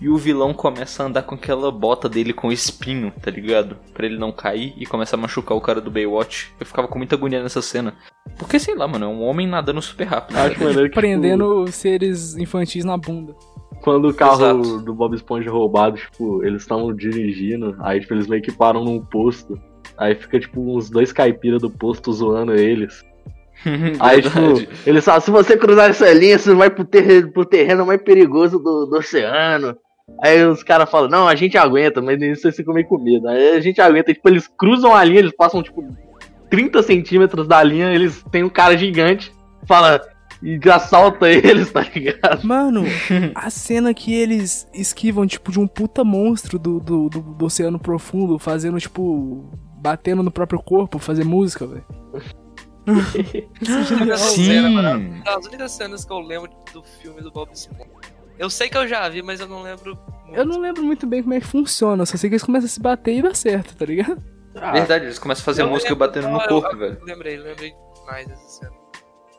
E o vilão começa a andar com aquela bota dele com espinho, tá ligado? Pra ele não cair e começa a machucar o cara do Baywatch. Eu ficava com muita agonia nessa cena. Porque sei lá, mano, é um homem nadando super rápido. tá
Acho
ligado?
maneiro que,
Prendendo seres infantis na bunda.
tipo, quando o carro
Exato.
do Bob Esponja é roubado, tipo, eles estavam dirigindo, aí tipo, eles meio que param num posto. Aí fica, tipo, uns dois caipira do posto zoando eles. Aí,
É Verdade.
tipo, eles falam, se você cruzar essa linha, você vai pro terreno, pro terreno mais perigoso do, do oceano. Aí os caras falam, não, a gente aguenta, mas nisso vocês ficam meio com medo. Aí a gente aguenta, tipo, eles cruzam a linha, eles passam, tipo, 30 centímetros da linha, eles têm um cara gigante, fala, e assalta eles, tá ligado?
Mano, a cena que eles esquivam, tipo, de um puta monstro do, do, do, do oceano profundo, fazendo, tipo, batendo no próprio corpo, fazer música, velho. é
Cena, mano.
Sim.
Uma das únicas cenas que eu lembro do filme do Bob Esponja. Eu sei que eu já vi, mas eu não lembro. muito.
Eu não lembro muito bem como é que funciona, eu só sei que eles começam a se bater e dá certo, tá ligado?
Verdade, eles começam a fazer
Eu
música
lembro-
batendo no
eu-
corpo,
eu
velho.
Lembrei, lembrei mais dessa cena.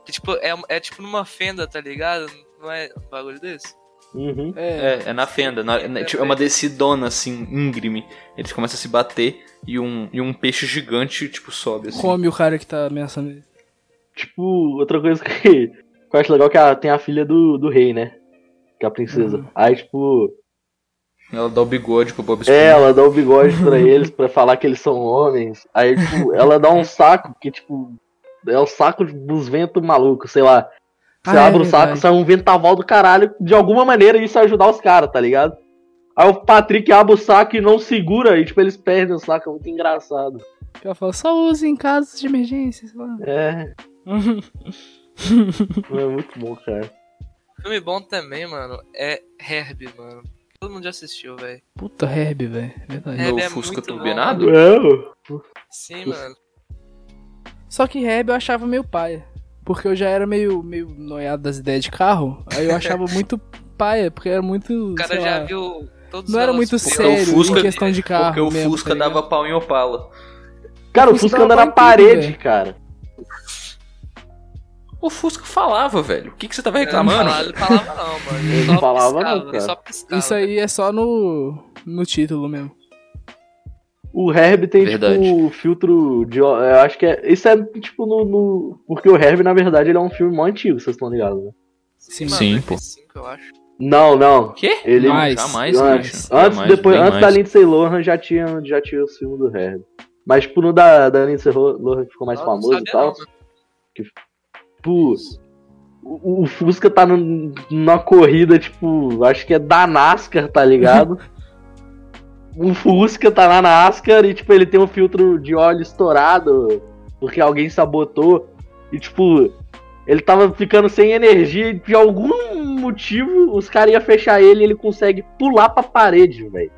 Que, tipo, é, é tipo numa fenda, tá ligado? Não é um bagulho desse?
Uhum.
É.
É, é na fenda. na- na- tipo, é uma descidona, assim, íngreme. Eles começam a se bater e um, e um peixe gigante, tipo, sobe, assim.
Come o cara que tá ameaçando ele.
Tipo, outra coisa que, que eu acho legal é que ela tem a filha do, do rei, né? Que é a princesa. Aí, tipo,
Ela dá o bigode pro Bob Esponja.
É, ela dá o bigode pra eles pra falar que eles são homens. Aí, tipo, ela dá um saco que, tipo, é o saco dos ventos malucos, sei lá. Você
Ah, é
abre o saco,
verdade.
sai um ventaval do caralho. De alguma maneira isso vai ajudar os caras, tá ligado? Aí o Patrick abre o saco e não segura, e tipo, eles perdem o saco, é muito engraçado.
Ela fala, só use em casos de emergência, sei lá.
É, é muito bom, cara.
Filme bom também, mano, é Herb, mano. Todo mundo já assistiu, velho.
Puta Herb, velho. Verdade.
É,
Meu
ele
Fusca
muito
turbenado?
Não.
Sim,
Uf.
mano.
Só que Herb eu achava meio paia. Porque eu já era meio, meio noiado das ideias de carro. Aí eu achava muito paia, porque era muito.
O cara
sei
já
lá,
viu todos
Não
os
era
Velas
muito
Pô.
Então, o
sério
Fusca-
em questão
É,
de carro.
Porque o
mesmo,
Fusca
tá ligado?
dava pau em Opala.
Cara, o
Fusca
Fusca anda
dá
na
pra
parede,
entender.
cara.
O Fusca falava, velho. O que, que você tava
Ele não
reclamando?
falava, ele falava não, mano. Ele
Ele
só
falava
piscava,
não,
ele
cara.
só piscava.
Isso aí é só no, no título mesmo.
O Herb tem,
Verdade.
tipo, o filtro de. ó- Eu acho que é. Isso é, tipo, no. no- Porque o Herb, na verdade, ele é um filme mó antigo, vocês estão ligados, né?
Sim,
mano,
Sim, pô.
95, eu acho.
Não, não.
Quê?
Ele-
Não, jamais,
Não,
bicho.
Antes,
Jamais,
depois,
bem
antes da
mais.
Lindsay Lohan já tinha, já tinha o filme do Herb. Mas, tipo, no da, da Lindsay Lo- Lohan que ficou mais
Eu não
famoso e
sabia
tal.
não, né? mano.
Tipo, o, o Fusca tá num- numa corrida, tipo, acho que é da NASCAR, tá ligado? o Fusca tá na NASCAR e, tipo, ele tem um filtro de óleo estourado porque alguém sabotou. E, tipo, ele tava ficando sem energia e, de algum motivo, os caras iam fechar ele e ele consegue pular pra parede, velho.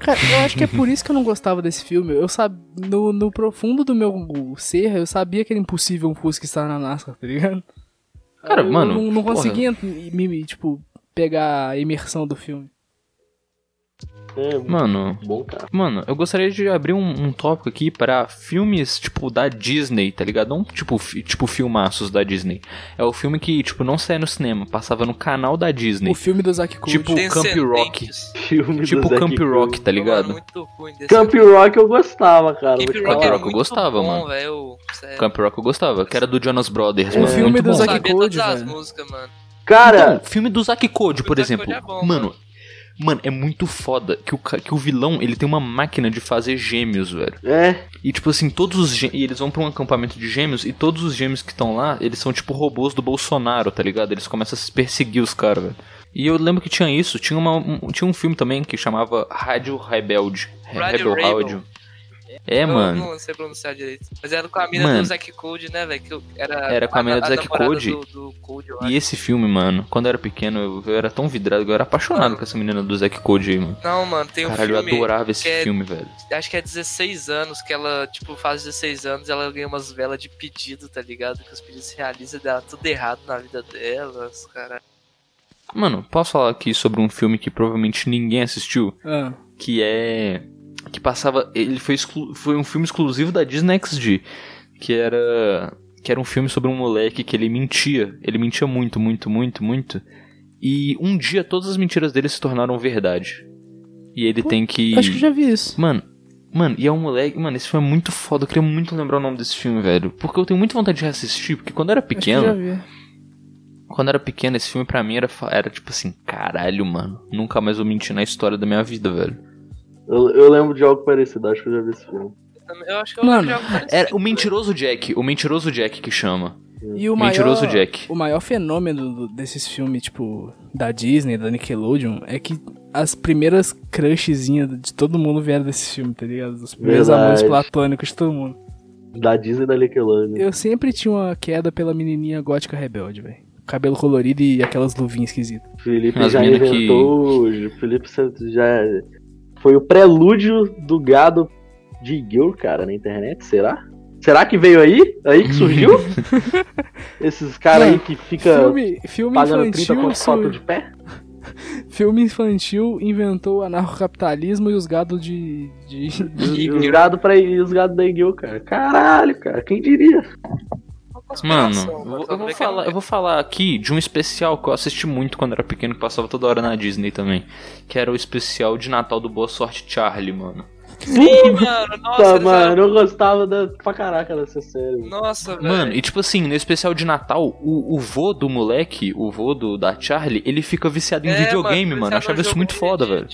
Cara, eu acho que é por isso que eu não gostava desse filme. Eu sabia. No, no profundo do meu ser, eu sabia que era impossível um Fusca estar na NASCAR, tá ligado?
Cara,
eu
mano,
Não, não
porra.
conseguia me, me, tipo, pegar a imersão do filme.
É, muito
Mano,
bom, cara.
Mano, eu gostaria de abrir um, um tópico aqui pra filmes, tipo, da Disney, tá ligado? Não, tipo, fi- tipo, filmaços da Disney. É o filme que, tipo, não saia no cinema, passava no canal da Disney.
O filme do Zack Code.
Tipo, Camp Rock.
Descendentes.
Filme do
Tipo
Zac
Camp
Efron.
Rock, tá
Mano,
ligado?
é muito ruim desse
Camp Rock eu gostava, cara. vou
Camp
te
Rock
falar.
era
eu
muito
gostava,
bom,
mano.
velho. Sério.
Camp Rock eu gostava, que era do Jonas Brothers,
O
mano.
filme
muito
do
bom.
Eu
Zack
sabia todas
Code,
as
velho.
músicas, mano.
Cara,
Então, filme do Zack Code,
Filme
por
do Zack
exemplo.
Code é bom,
mano, mano, é muito foda que o, ca- que o vilão, ele tem uma máquina de fazer gêmeos, velho.
Então.
é.
E tipo assim, todos os gê- e eles vão pra um acampamento de gêmeos e todos os gêmeos que estão lá, eles são tipo robôs do Bolsonaro, tá ligado? Eles começam a se perseguir os caras, velho. E eu lembro que tinha isso, tinha, uma, um, tinha um filme também que chamava Rádio Rebelde. Re-
Rádio
Rebel
Rebel.
Rádio. É,
eu
mano.
não sei pronunciar direito. Mas era com a mina
Mano.
do Zack Code, né, velho? Que eu- Era,
Era com a mina do Zack
namorada
Code.
Do, do Code, eu acho.
E esse filme, mano, quando eu era pequeno, eu, eu era tão vidrado, eu era apaixonado com essa menina do Zack Code aí, mano.
Não, mano, tem um
Caralho, eu
filme.
adorava esse
que é-
filme, velho.
Acho que é 16 anos que ela, tipo, faz 16 anos ela ganha umas velas de pedido, tá ligado? Que os pedidos se realizam e dá tudo errado na vida delas, cara.
Mano, posso falar aqui sobre um filme que provavelmente ninguém assistiu?
Ah,
que é que passava. Ele foi, exclu- foi um filme exclusivo da Disney XD. Que era. Que era um filme sobre um moleque que ele mentia. Ele mentia muito, muito, muito, muito. E um dia todas as mentiras dele se tornaram verdade. E ele
Pô,
tem que.
Acho que eu já vi isso.
Mano, mano, e é um moleque. Mano, esse filme é muito foda. Eu queria muito lembrar o nome desse filme, velho. Porque eu tenho muita vontade de reassistir. Porque quando eu era pequeno.
Acho que eu já vi.
Quando eu era pequeno, esse filme pra mim era, fa- era tipo assim: caralho, mano. Nunca mais vou mentir na história da minha vida, velho.
Eu, eu lembro de algo parecido, acho que eu já vi esse filme.
Eu acho que eu
Mano,
jogo parecido.
Era É, o mentiroso Jack. O mentiroso Jack que chama.
E o
mentiroso
maior,
Jack.
O maior fenômeno do- desses filmes, tipo, da Disney, da Nickelodeon, é que as primeiras crushzinhas de todo mundo vieram desse filme, tá ligado? Os primeiros
Verdade.
amores platônicos de todo mundo.
Da Disney e da Nickelodeon.
Eu sempre tinha uma queda pela menininha gótica rebelde, velho. Cabelo colorido e aquelas luvinhas esquisitas.
Felipe
As
já
mina que-
inventou. o Felipe sempre já. é. Foi o prelúdio do gado de Gil, cara, na internet, será? Será que veio aí? Aí que surgiu? Esses caras aí que fica
Filme, filme
pagando 30
infantil.
quanto foto
sur-
de pé?
Filme infantil inventou o anarcocapitalismo e os gados de. de...
E os gado pra e os gado da Gil, cara. Caralho, cara, quem diria?
Mano,
Conspiração,
eu vou- eu,
só
vou
ver que
falar,
é-
eu vou falar aqui de um especial que eu assisti muito quando era pequeno, que passava toda hora na Disney também. Que era o especial de Natal do Boa Sorte Charlie, mano.
Sim, mano, nossa,
Tá,
eles eram-
mano, eu gostava da, pra caraca dessa série. mano.
nossa, velho.
Mano, e tipo assim, no especial de Natal, o, o vô do moleque, o vô do, da Charlie, ele fica viciado em
É,
videogame, mano. Eu
eles eram
achava isso
jogo
muito
de-
foda,
de-
velho.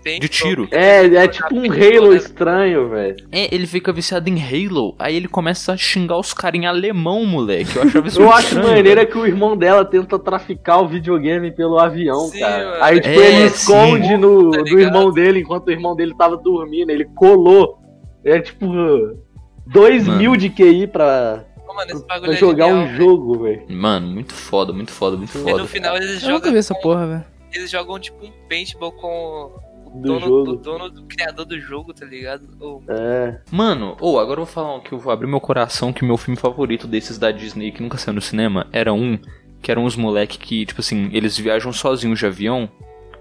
De,
De tiro.
É, é tipo um Halo estranho, velho.
É, ele fica viciado em Halo, aí ele começa a xingar os caras em alemão, moleque. Eu achava isso
Eu
muito
acho
estranho,
maneira
velho.
que o irmão dela tenta traficar o videogame pelo avião,
Sim,
cara.
mano.
Aí, tipo,
É,
ele
sim.
esconde no,
Tá
do irmão dele enquanto o irmão dele tava dormindo. Ele colou. É tipo. 2
Mano.
mil de QI pra,
Pô, Mano, esse
pra
bagulho é
jogar
genial,
um
velho.
jogo, velho.
Mano, muito foda, muito foda, muito
E
foda.
no final eles
Eu nunca
jogam,
vi essa porra, velho.
eles jogam tipo um paintball com o
Do
dono
jogo.
do dono do criador do jogo, tá ligado? Ô,
É.
Mano, ou agora eu vou falar um que eu vou abrir meu coração que meu filme favorito desses da Disney que nunca saiu no cinema era um que eram uns moleque que, tipo assim, eles viajam sozinhos de avião,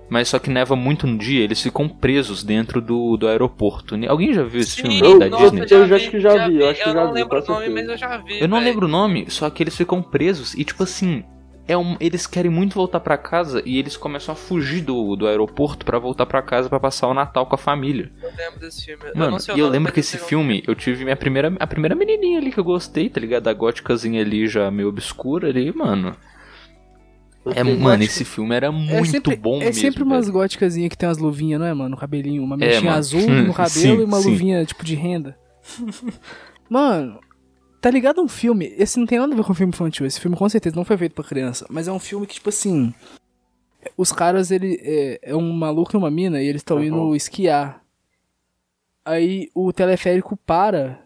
mas só que neva muito no dia, eles ficam presos dentro do, do aeroporto. Ni- Alguém já viu esse filme
eu-
da
nossa,
Disney?
eu já acho que já vi, eu acho que já
não
vi,
lembro o
com
nome,
certeza.
mas eu já vi.
Eu não
velho.
lembro o nome, só que eles ficam presos e tipo assim, é um, eles querem muito voltar pra casa e eles começam a fugir do, do aeroporto pra voltar pra casa pra passar o Natal com a família.
Eu lembro desse filme. eu
Mano,
não sei o
e eu
nome,
lembro
mas
que esse
sei o
filme eu tive minha primeira a primeira menininha ali que eu gostei, tá ligado? A góticazinha ali já meio obscura ali, mano. É, mano, esse filme era muito
é sempre,
bom
É
mesmo.
sempre umas
velho.
góticasinhas que tem umas luvinhas, não é, mano? No cabelinho. Uma mexinha
mano.
azul no cabelo
Sim,
e uma
sim.
luvinha tipo de renda. mano, tá ligado um filme? Esse não tem nada a ver com filme infantil. Esse filme com certeza não foi feito pra criança. Mas é um filme que, tipo assim. Os caras, ele. É, é um maluco e uma mina e eles estão
Tá
Uhum.
indo esquiar. Aí o teleférico para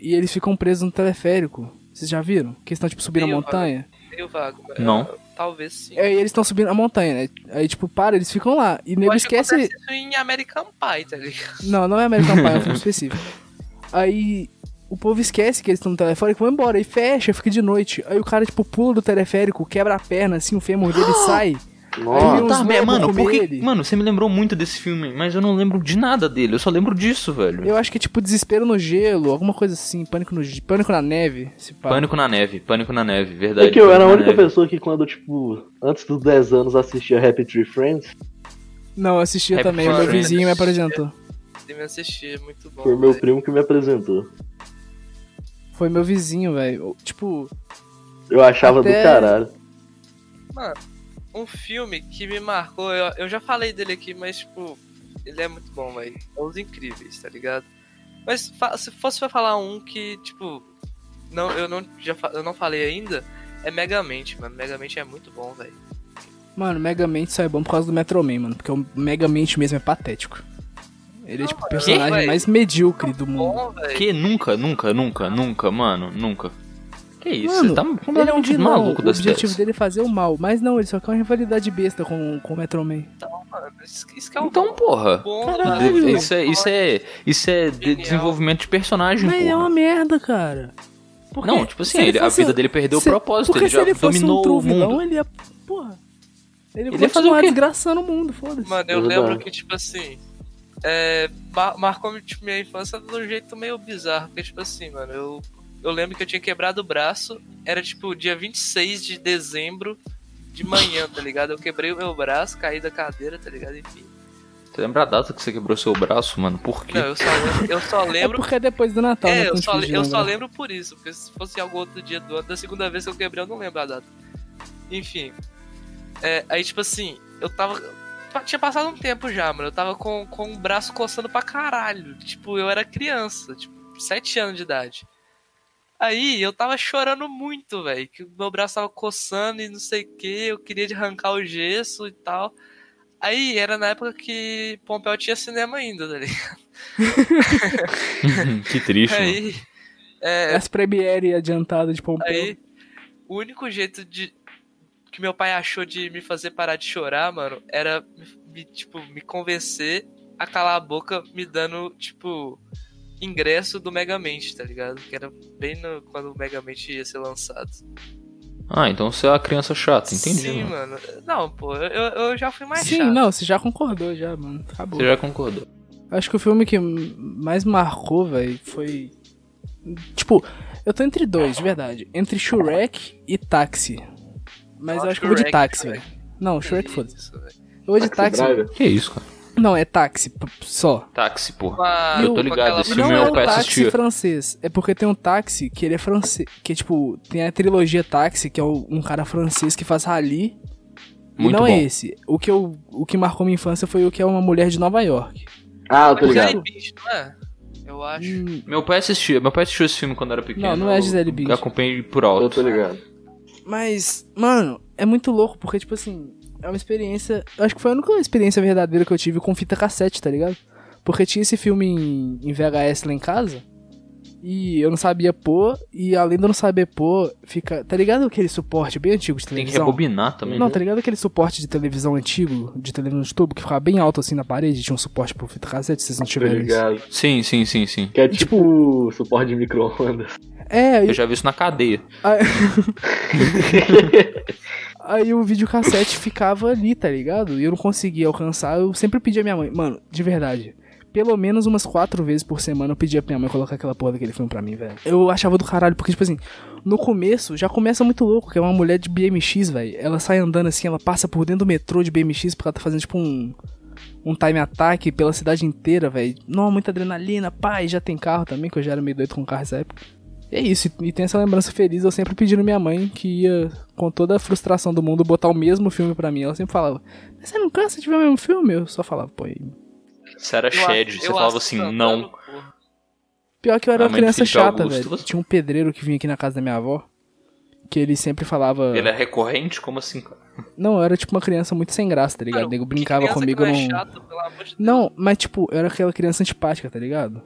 e eles ficam presos no teleférico. Vocês já viram? Que eles estão, tipo, subindo a
Sim, eu-
montanha.
nome. Eu vago, velho.
Não.
Talvez sim.
Aí eles estão subindo a montanha, né? Aí, tipo, para, eles ficam lá. E o
Eu
nego
acho que
esquece.
acontece isso em American Pie, tá ligado?
Não, não é American Pie, é um filme específico. Aí o povo esquece que eles estão no teleférico, vão embora, e fecha, fica de noite. Aí o cara, tipo, pula do teleférico, quebra a perna, assim, o fêmur dele sai.
Nossa,
Aí uns
Tá, mas,
lobos
mano,
comer
porque,
ele.
mano, você me lembrou muito desse filme, mas eu não lembro de nada dele, eu só lembro disso, velho.
Eu acho que é tipo desespero no gelo, alguma coisa assim, pânico no ge- pânico na neve, se pá.
Pânico na neve, pânico na neve, verdade.
é que eu
Pânico
era a
na
única
Neve.
pessoa que quando, tipo, antes dos 10 anos assistia Happy Tree Friends.
Não, eu assistia
Happy
também, o meu
Friends.
vizinho me apresentou.
Você me assistir, é muito bom.
Foi meu
velho.
primo que me apresentou.
Foi meu vizinho, velho. Tipo,
Eu achava
Até-
do caralho.
Um filme que me marcou, eu, eu já falei dele aqui, mas tipo, ele é muito bom, velho. É Os Incríveis, tá ligado? Mas fa- se fosse pra falar um que, tipo, não, eu, não, já, fa- eu não falei ainda, é Megamente, mano. Megamente é muito bom, velho.
mano, Megamente só é bom por causa do Metro Man, mano, porque o Megamente mesmo é patético. Ele é tipo o personagem
velho.
mais medíocre do mundo.
Bom, velho.
Que nunca, nunca, nunca, nunca, mano, nunca. Que isso,
Mano,
você tá
Ele é um
completamente
vilão,
maluco
o
das
objetivo
ideias.
dele é fazer o mal, mas não, ele só quer uma rivalidade besta com, com o Metro Man.
Mano, isso, isso que é um
Então, porra.
bom,
Caralho.
velho.
Isso é, isso é, isso é de-
Genial.
desenvolvimento de personagem,
Mas é
porra.
uma merda, cara. Porque
Não, tipo assim,
se
ele-
fosse- um-
a vida dele perdeu o
se-
propósito,
porque
ele
se
já
ele fosse
dominou
um
o
true
mundo.
vilão, ele ia, porra, ele,
Ele
ia
ia fazer o
continuar
quê?
desgraçando o mundo, foda-se.
Mano, eu
Verdade.
lembro que, tipo assim, é, mar- marcou tipo, minha infância de um jeito meio bizarro. Porque, tipo assim, mano, eu, eu lembro que eu tinha quebrado o braço. Era tipo dia 26 de dezembro de manhã, tá ligado? Eu quebrei o meu braço, caí da cadeira, tá ligado? Enfim.
Você lembra a data que você quebrou seu braço, mano? Por quê?
Não, eu só lembro. Eu só
É
lembro
porque é depois do Natal, né?
é, eu
Tanto
só,
que
eu
gira,
só
né?
lembro por isso, porque se fosse algum outro dia do ano, da segunda vez que eu quebrei, eu não lembro a data. Enfim. É, aí, tipo assim, eu tava. pa- Tinha passado um tempo já, mano. Eu tava com, com o braço coçando pra caralho. Tipo, eu era criança, tipo, sete anos de idade. Aí eu tava chorando muito, velho. Que o meu braço tava coçando e não sei o que. Eu queria de arrancar o gesso e tal. Aí era na época que Pompeu tinha cinema ainda, tá ligado?
que triste, mano.
Aí. É,
As Premiere adiantadas de Pompeu.
Aí, o único jeito de que meu pai achou de me fazer parar de chorar, mano, era me, tipo, me convencer a calar a boca me dando, tipo, ingresso do Megamente, tá ligado? Que era bem no- quando o Megamente ia ser lançado.
Ah, então você é uma criança chata, entendi,
Sim,
mano.
mano. Não, pô, eu, eu já fui mais
Sim,
chato.
não, você já concordou já, mano. Acabou.
Você já concordou.
Acho que o filme que mais marcou, velho, foi. Tipo, eu tô entre dois, de verdade. Entre Shrek e Táxi. Mas
Ah,
eu acho que eu vou de
Shrek,
táxi,
Shrek.
velho. Não, Shrek
Que
foda-se.
isso, velho.
Eu vou de táxi.
Driver?
Que isso, cara?
Não, é táxi p- só.
Táxi, porra.
Com a-
Eu tô
com
ligado,
aquela
esse
E
filme
não
música-
meu
é o
pai
táxi
assistia.
francês. É porque tem um táxi que ele é francês. Que é tipo, tem a trilogia táxi, que é o- um cara francês que faz rally. e
Muito
não
bom.
é esse. O que, eu, o que marcou minha infância foi o que é uma mulher de Nova York.
Ah, eu tô
Aquela
ligado.
Beach, não é? Eu acho.
Hum,
Meu pai assistia, meu pai assistiu esse filme quando era pequeno.
Não, não é
eu
Gisele Bündchen.
Acompanhei por
Eu tô
alto.
ligado.
Mas, mano, é muito louco, porque, tipo assim, é uma experiência. eu Acho que foi a única experiência verdadeira que eu tive com fita cassete, tá ligado? Porque tinha esse filme em, em VHS lá em casa. E eu não sabia pôr, e além de eu não saber pôr, fica. Tá ligado aquele suporte bem antigo de
Tem que
televisão?
rebobinar também.
Não,
né?
tá ligado aquele suporte de televisão antigo, de televisão de tubo, que ficava bem alto assim na parede, tinha um suporte pro fita cassete, se vocês não
Tô
tiverem isso.
ligado.
Sim, sim, sim, sim.
Que é tipo suporte de micro-ondas.
É,
Eu já vi isso na cadeia.
Aí o videocassete ficava ali, tá ligado? E eu não conseguia alcançar. Eu sempre pedia à minha mãe, mano, de verdade. Pelo menos umas quatro vezes por semana eu pedia pra minha mãe colocar aquela porra daquele filme pra mim, velho. Eu achava do caralho, porque, tipo assim, no começo já começa muito louco, que é uma mulher de BMX, velho. Ela sai andando assim, ela passa por dentro do metrô de BMX porque ela tá fazendo, tipo, um. Um time attack pela cidade inteira, velho. Não, muita adrenalina, pai, já tem carro também, que eu já era meio doido com carro nessa época. E é isso, e tem essa lembrança feliz, eu sempre pedindo minha mãe que ia, com toda a frustração do mundo, botar o mesmo filme pra mim. Ela sempre falava, mas você não cansa de ver o mesmo filme? Eu só falava, pô. e-
Você era É Shed,
eu
você falava
acho
assim,
Santana,
não.
porra.
Pior que eu era
A
uma
mãe do
criança
Felipe
chata,
Augusto,
velho.
você-
Tinha um pedreiro que vinha aqui na casa da minha avó, que ele sempre falava...
Ele é recorrente? Como assim, cara?
Não, eu era tipo uma criança muito sem graça, tá ligado?
Mano,
O nego
que
brincava
criança que
comigo
não
num...
é chata, pelo amor de Deus.
Não, mas tipo, eu era aquela criança antipática, tá ligado?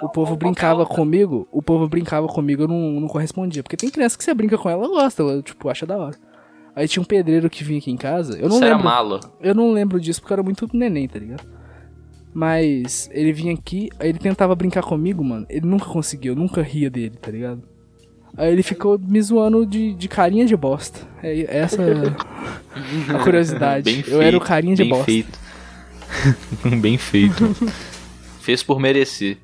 O povo
qualquer
brincava
outra.
comigo, o povo brincava comigo, eu não, não correspondia. Porque tem criança que você brinca com ela, ela gosta, ela, tipo, acha da hora. Aí tinha um pedreiro que vinha aqui em casa, eu não
você era
lembro.
mala.
Eu não lembro disso porque eu era muito neném, tá ligado? Mas ele vinha aqui, aí ele tentava brincar comigo, mano. Ele nunca conseguiu, eu nunca ria dele, tá ligado? Aí ele ficou me zoando de, de carinha de bosta. É essa a curiosidade.
Bem
eu
feito,
era o carinha de
bem
bosta.
Feito. bem feito. Fez por merecer.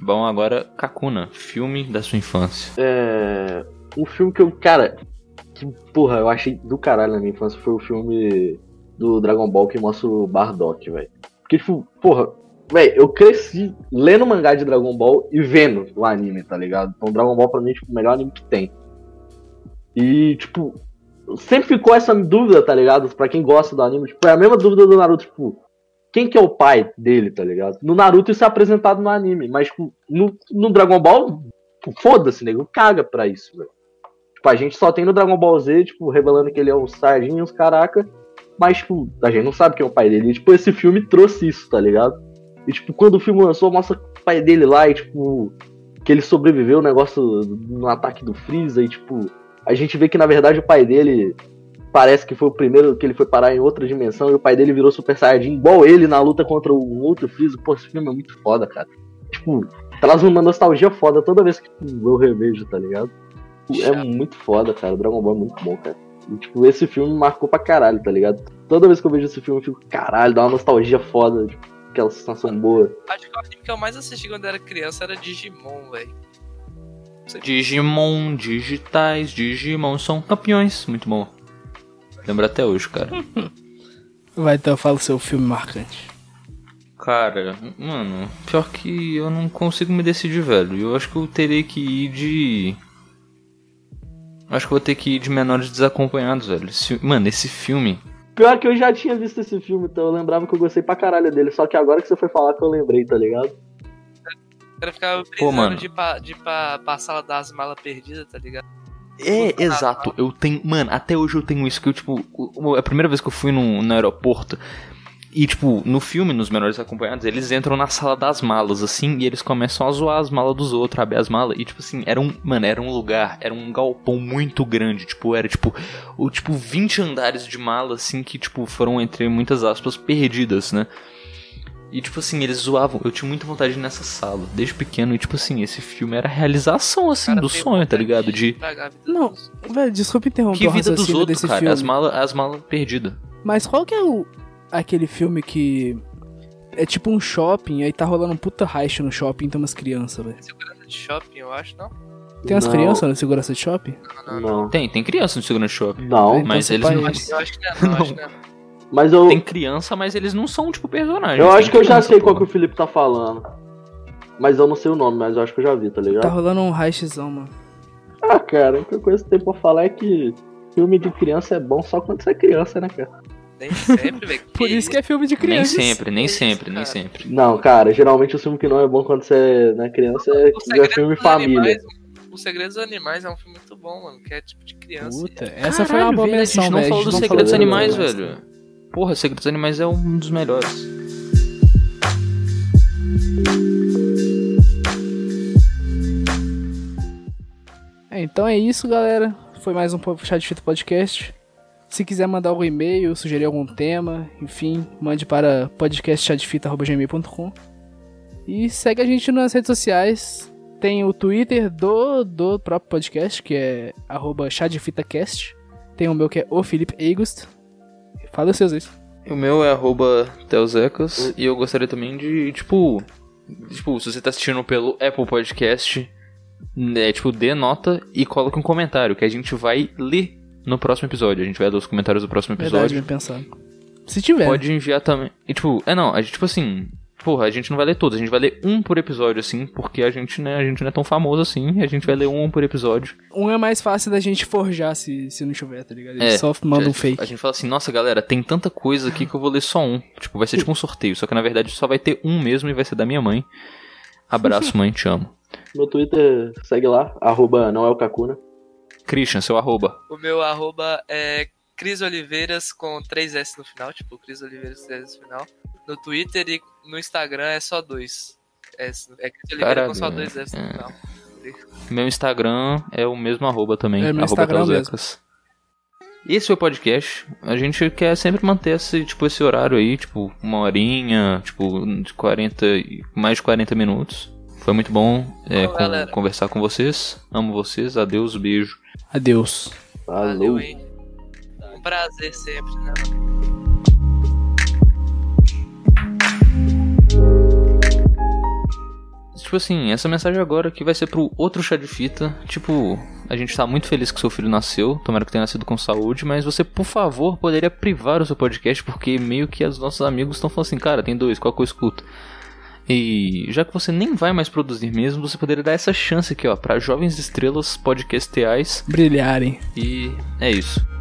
Bom, agora, Kakuna, filme da sua infância.
É. Um filme que eu, cara. Que porra, eu achei do caralho na minha infância foi o filme do Dragon Ball que mostra o Bardock, velho. Porque, tipo, porra, velho, eu cresci lendo mangá de Dragon Ball e vendo o anime, tá ligado? Então, Dragon Ball pra mim é tipo, o melhor anime que tem. E, tipo, sempre ficou essa dúvida, tá ligado? Pra quem gosta do anime, tipo, é a mesma dúvida do Naruto, tipo, quem que é o pai dele, tá ligado? No Naruto isso é apresentado no anime, mas tipo, no, no Dragon Ball, tipo, foda-se, nego, caga pra isso, velho. Tipo, a gente só tem no Dragon Ball Z, tipo, revelando que ele é um Saiyajin, uns caraca, mas, tipo, a gente não sabe quem é o pai dele. E, tipo, esse filme trouxe isso, tá ligado? E, tipo, quando o filme lançou, mostra o pai dele lá e, tipo, que ele sobreviveu o negócio no ataque do Freeza e, tipo, a gente vê que, na verdade, o pai dele parece que foi o primeiro que ele foi parar em outra dimensão e o pai dele virou Super Saiyajin igual ele na luta contra um outro Freeza. Pô, esse filme é muito foda, cara. Tipo, traz uma nostalgia foda toda vez que eu revejo, tá ligado? Tipo, É muito foda, cara. Dragon Ball é muito bom, cara. E, tipo, esse filme me marcou pra caralho, tá ligado? Toda vez que eu vejo esse filme, eu fico, caralho, dá uma nostalgia foda, tipo, aquela sensação boa.
Acho que o anime que eu mais assisti quando era criança era Digimon, velho.
Digimon, digitais, Digimon são campeões. Muito bom. Lembra até hoje, cara.
Vai então, fala o seu filme marcante.
Cara, mano, pior que eu não consigo me decidir, velho. Eu acho que eu terei que ir de. Acho que eu vou ter que ir de menores desacompanhados, velho. Esse- Mano, esse filme.
Pior que eu já tinha visto esse filme, então eu lembrava que eu gostei pra caralho dele. Só que agora que você foi falar que eu lembrei, tá ligado?
Era ficar
mano.
brisando de ir pra, de ir pra, pra sala das malas perdidas, tá ligado?
É,
tá?
exato. Eu tenho. Mano, até hoje eu tenho isso que eu, tipo. o- A primeira vez que eu fui no, no aeroporto. E, tipo, no filme, nos menores acompanhados, eles entram na sala das malas, assim, e eles começam a zoar as malas dos outros, a abrir as malas. E, tipo assim, era um. Mano, era um lugar, era um galpão muito grande. Tipo, era, tipo, o, tipo, 20 andares de mala, assim, que, tipo, foram, entre muitas aspas, perdidas, né? E, tipo assim, eles zoavam. Eu tinha muita vontade de ir nessa sala, desde pequeno. E, tipo assim, esse filme era a realização, assim,
Cara,
do
tem
sonho, tá
vontade
ligado? De.
Estragar a vida
Não.
dos-
Velho, desculpa interromper
Que
o
vida dos
raciocínio
outros,
desse
cara.
filme.
As malas as mala perdidas.
Mas qual que é o aquele filme que é tipo um shopping, aí tá rolando um puta heist no shopping, tem umas crianças, velho.
Segurança de shopping, eu acho, não?
Tem umas
Não.
crianças no segurança de shopping?
Não, não.
Não.
Tem, tem criança no segurança shopping.
Não,
mas
seu
eles
pai-
não-
Eu acho que não, é, não, acho que não. é, não.
mas eu,
Tem criança, mas eles não são, tipo, personagens.
eu
Tem
acho que eu já
criança,
sei
pô.
qual que o Felipe tá falando. Mas eu não sei o nome, mas eu acho que eu já vi, tá ligado?
Tá rolando um heistzão, mano.
Ah, cara, a única coisa que tem pra falar é que filme de criança é bom só quando você é criança, né, cara?
Nem sempre, velho.
Por isso que é filme de
Nem
criança.
sempre, nem
Isso,
sempre, nem
cara.
sempre.
Não, cara, geralmente o filme que não é bom quando você é né, criança é,
O
é
Segredo
filme
dos
família.
Animais- O Segredo dos Animais é um filme muito bom, mano, que é tipo de criança.
Puta, essa foi uma
Caralho,
boa
velho,
menção,
A gente não
velho.
falou dos
não
Segredos
falou dos
Animais,
Animais.
velho. Porra, Segredos Animais é um dos melhores.
É, então é isso, galera. Foi mais um po- Chá de Fita Podcast. Se quiser mandar algum e-mail, sugerir algum tema, enfim, mande para podcastchadefita.gmail.com E segue a gente nas redes sociais. Tem o Twitter do, do próprio podcast, que é arroba chadefitacast. Tem o meu que é o Felipe Eigust. Fala os seus aí.
O meu é arroba Telzecas e eu gostaria também de, tipo. Tipo, se você tá assistindo pelo Apple Podcast, é tipo, dê nota e coloque um comentário, que a gente vai ler no próximo episódio. A gente vai ler os comentários do próximo
Verdade,
episódio.
bem pensado. Se tiver.
Pode enviar também. E, tipo, é não, a gente, tipo assim. Porra, a gente não vai ler todos, a gente vai ler um por episódio, assim, porque a gente, né, a gente não é tão famoso assim, a gente vai ler um por episódio.
Um é mais fácil da gente forjar se, se não chover, tá ligado? A gente
É,
só manda um
A gente-
fake.
A gente fala assim, nossa galera, tem tanta coisa aqui que eu vou ler só um. Tipo, vai ser tipo um sorteio, só que na verdade só vai ter um mesmo e vai ser da minha mãe. Abraço, mãe, te amo.
Meu Twitter, segue lá, arroba não é o Kakuna.
Christian, seu arroba.
O meu arroba é Cris Oliveiras com 3S no final, tipo, Cris Oliveiras com 3S no final. No Twitter e no Instagram é só dois. É, é Cris Oliveira
Caralho,
com só
né?
dois S no
É.
final.
Meu Instagram é o mesmo arroba também.
É, meu
arroba
Instagram
Telzecas. Esse foi o podcast. A gente quer sempre manter esse, tipo, esse horário aí, tipo, uma horinha, tipo, de 40, e- mais de 40 minutos. Foi muito bom é,
Bom,
con-
galera.
conversar com vocês. Amo vocês. Adeus, beijo.
Adeus.
Alô.
Valeu, hein? Um prazer sempre, né?
Tipo assim, essa mensagem agora que vai ser pro outro chá de fita. Tipo, a gente tá muito feliz que seu filho nasceu, tomara que tenha nascido com saúde, mas você, por favor, poderia privar o seu podcast, porque meio que os nossos amigos estão falando assim, cara, tem dois, qual que eu escuto? E já que você nem vai mais produzir mesmo, você poderia dar essa chance aqui, ó, pra jovens estrelas podcastiais.
Brilharem.
E é isso.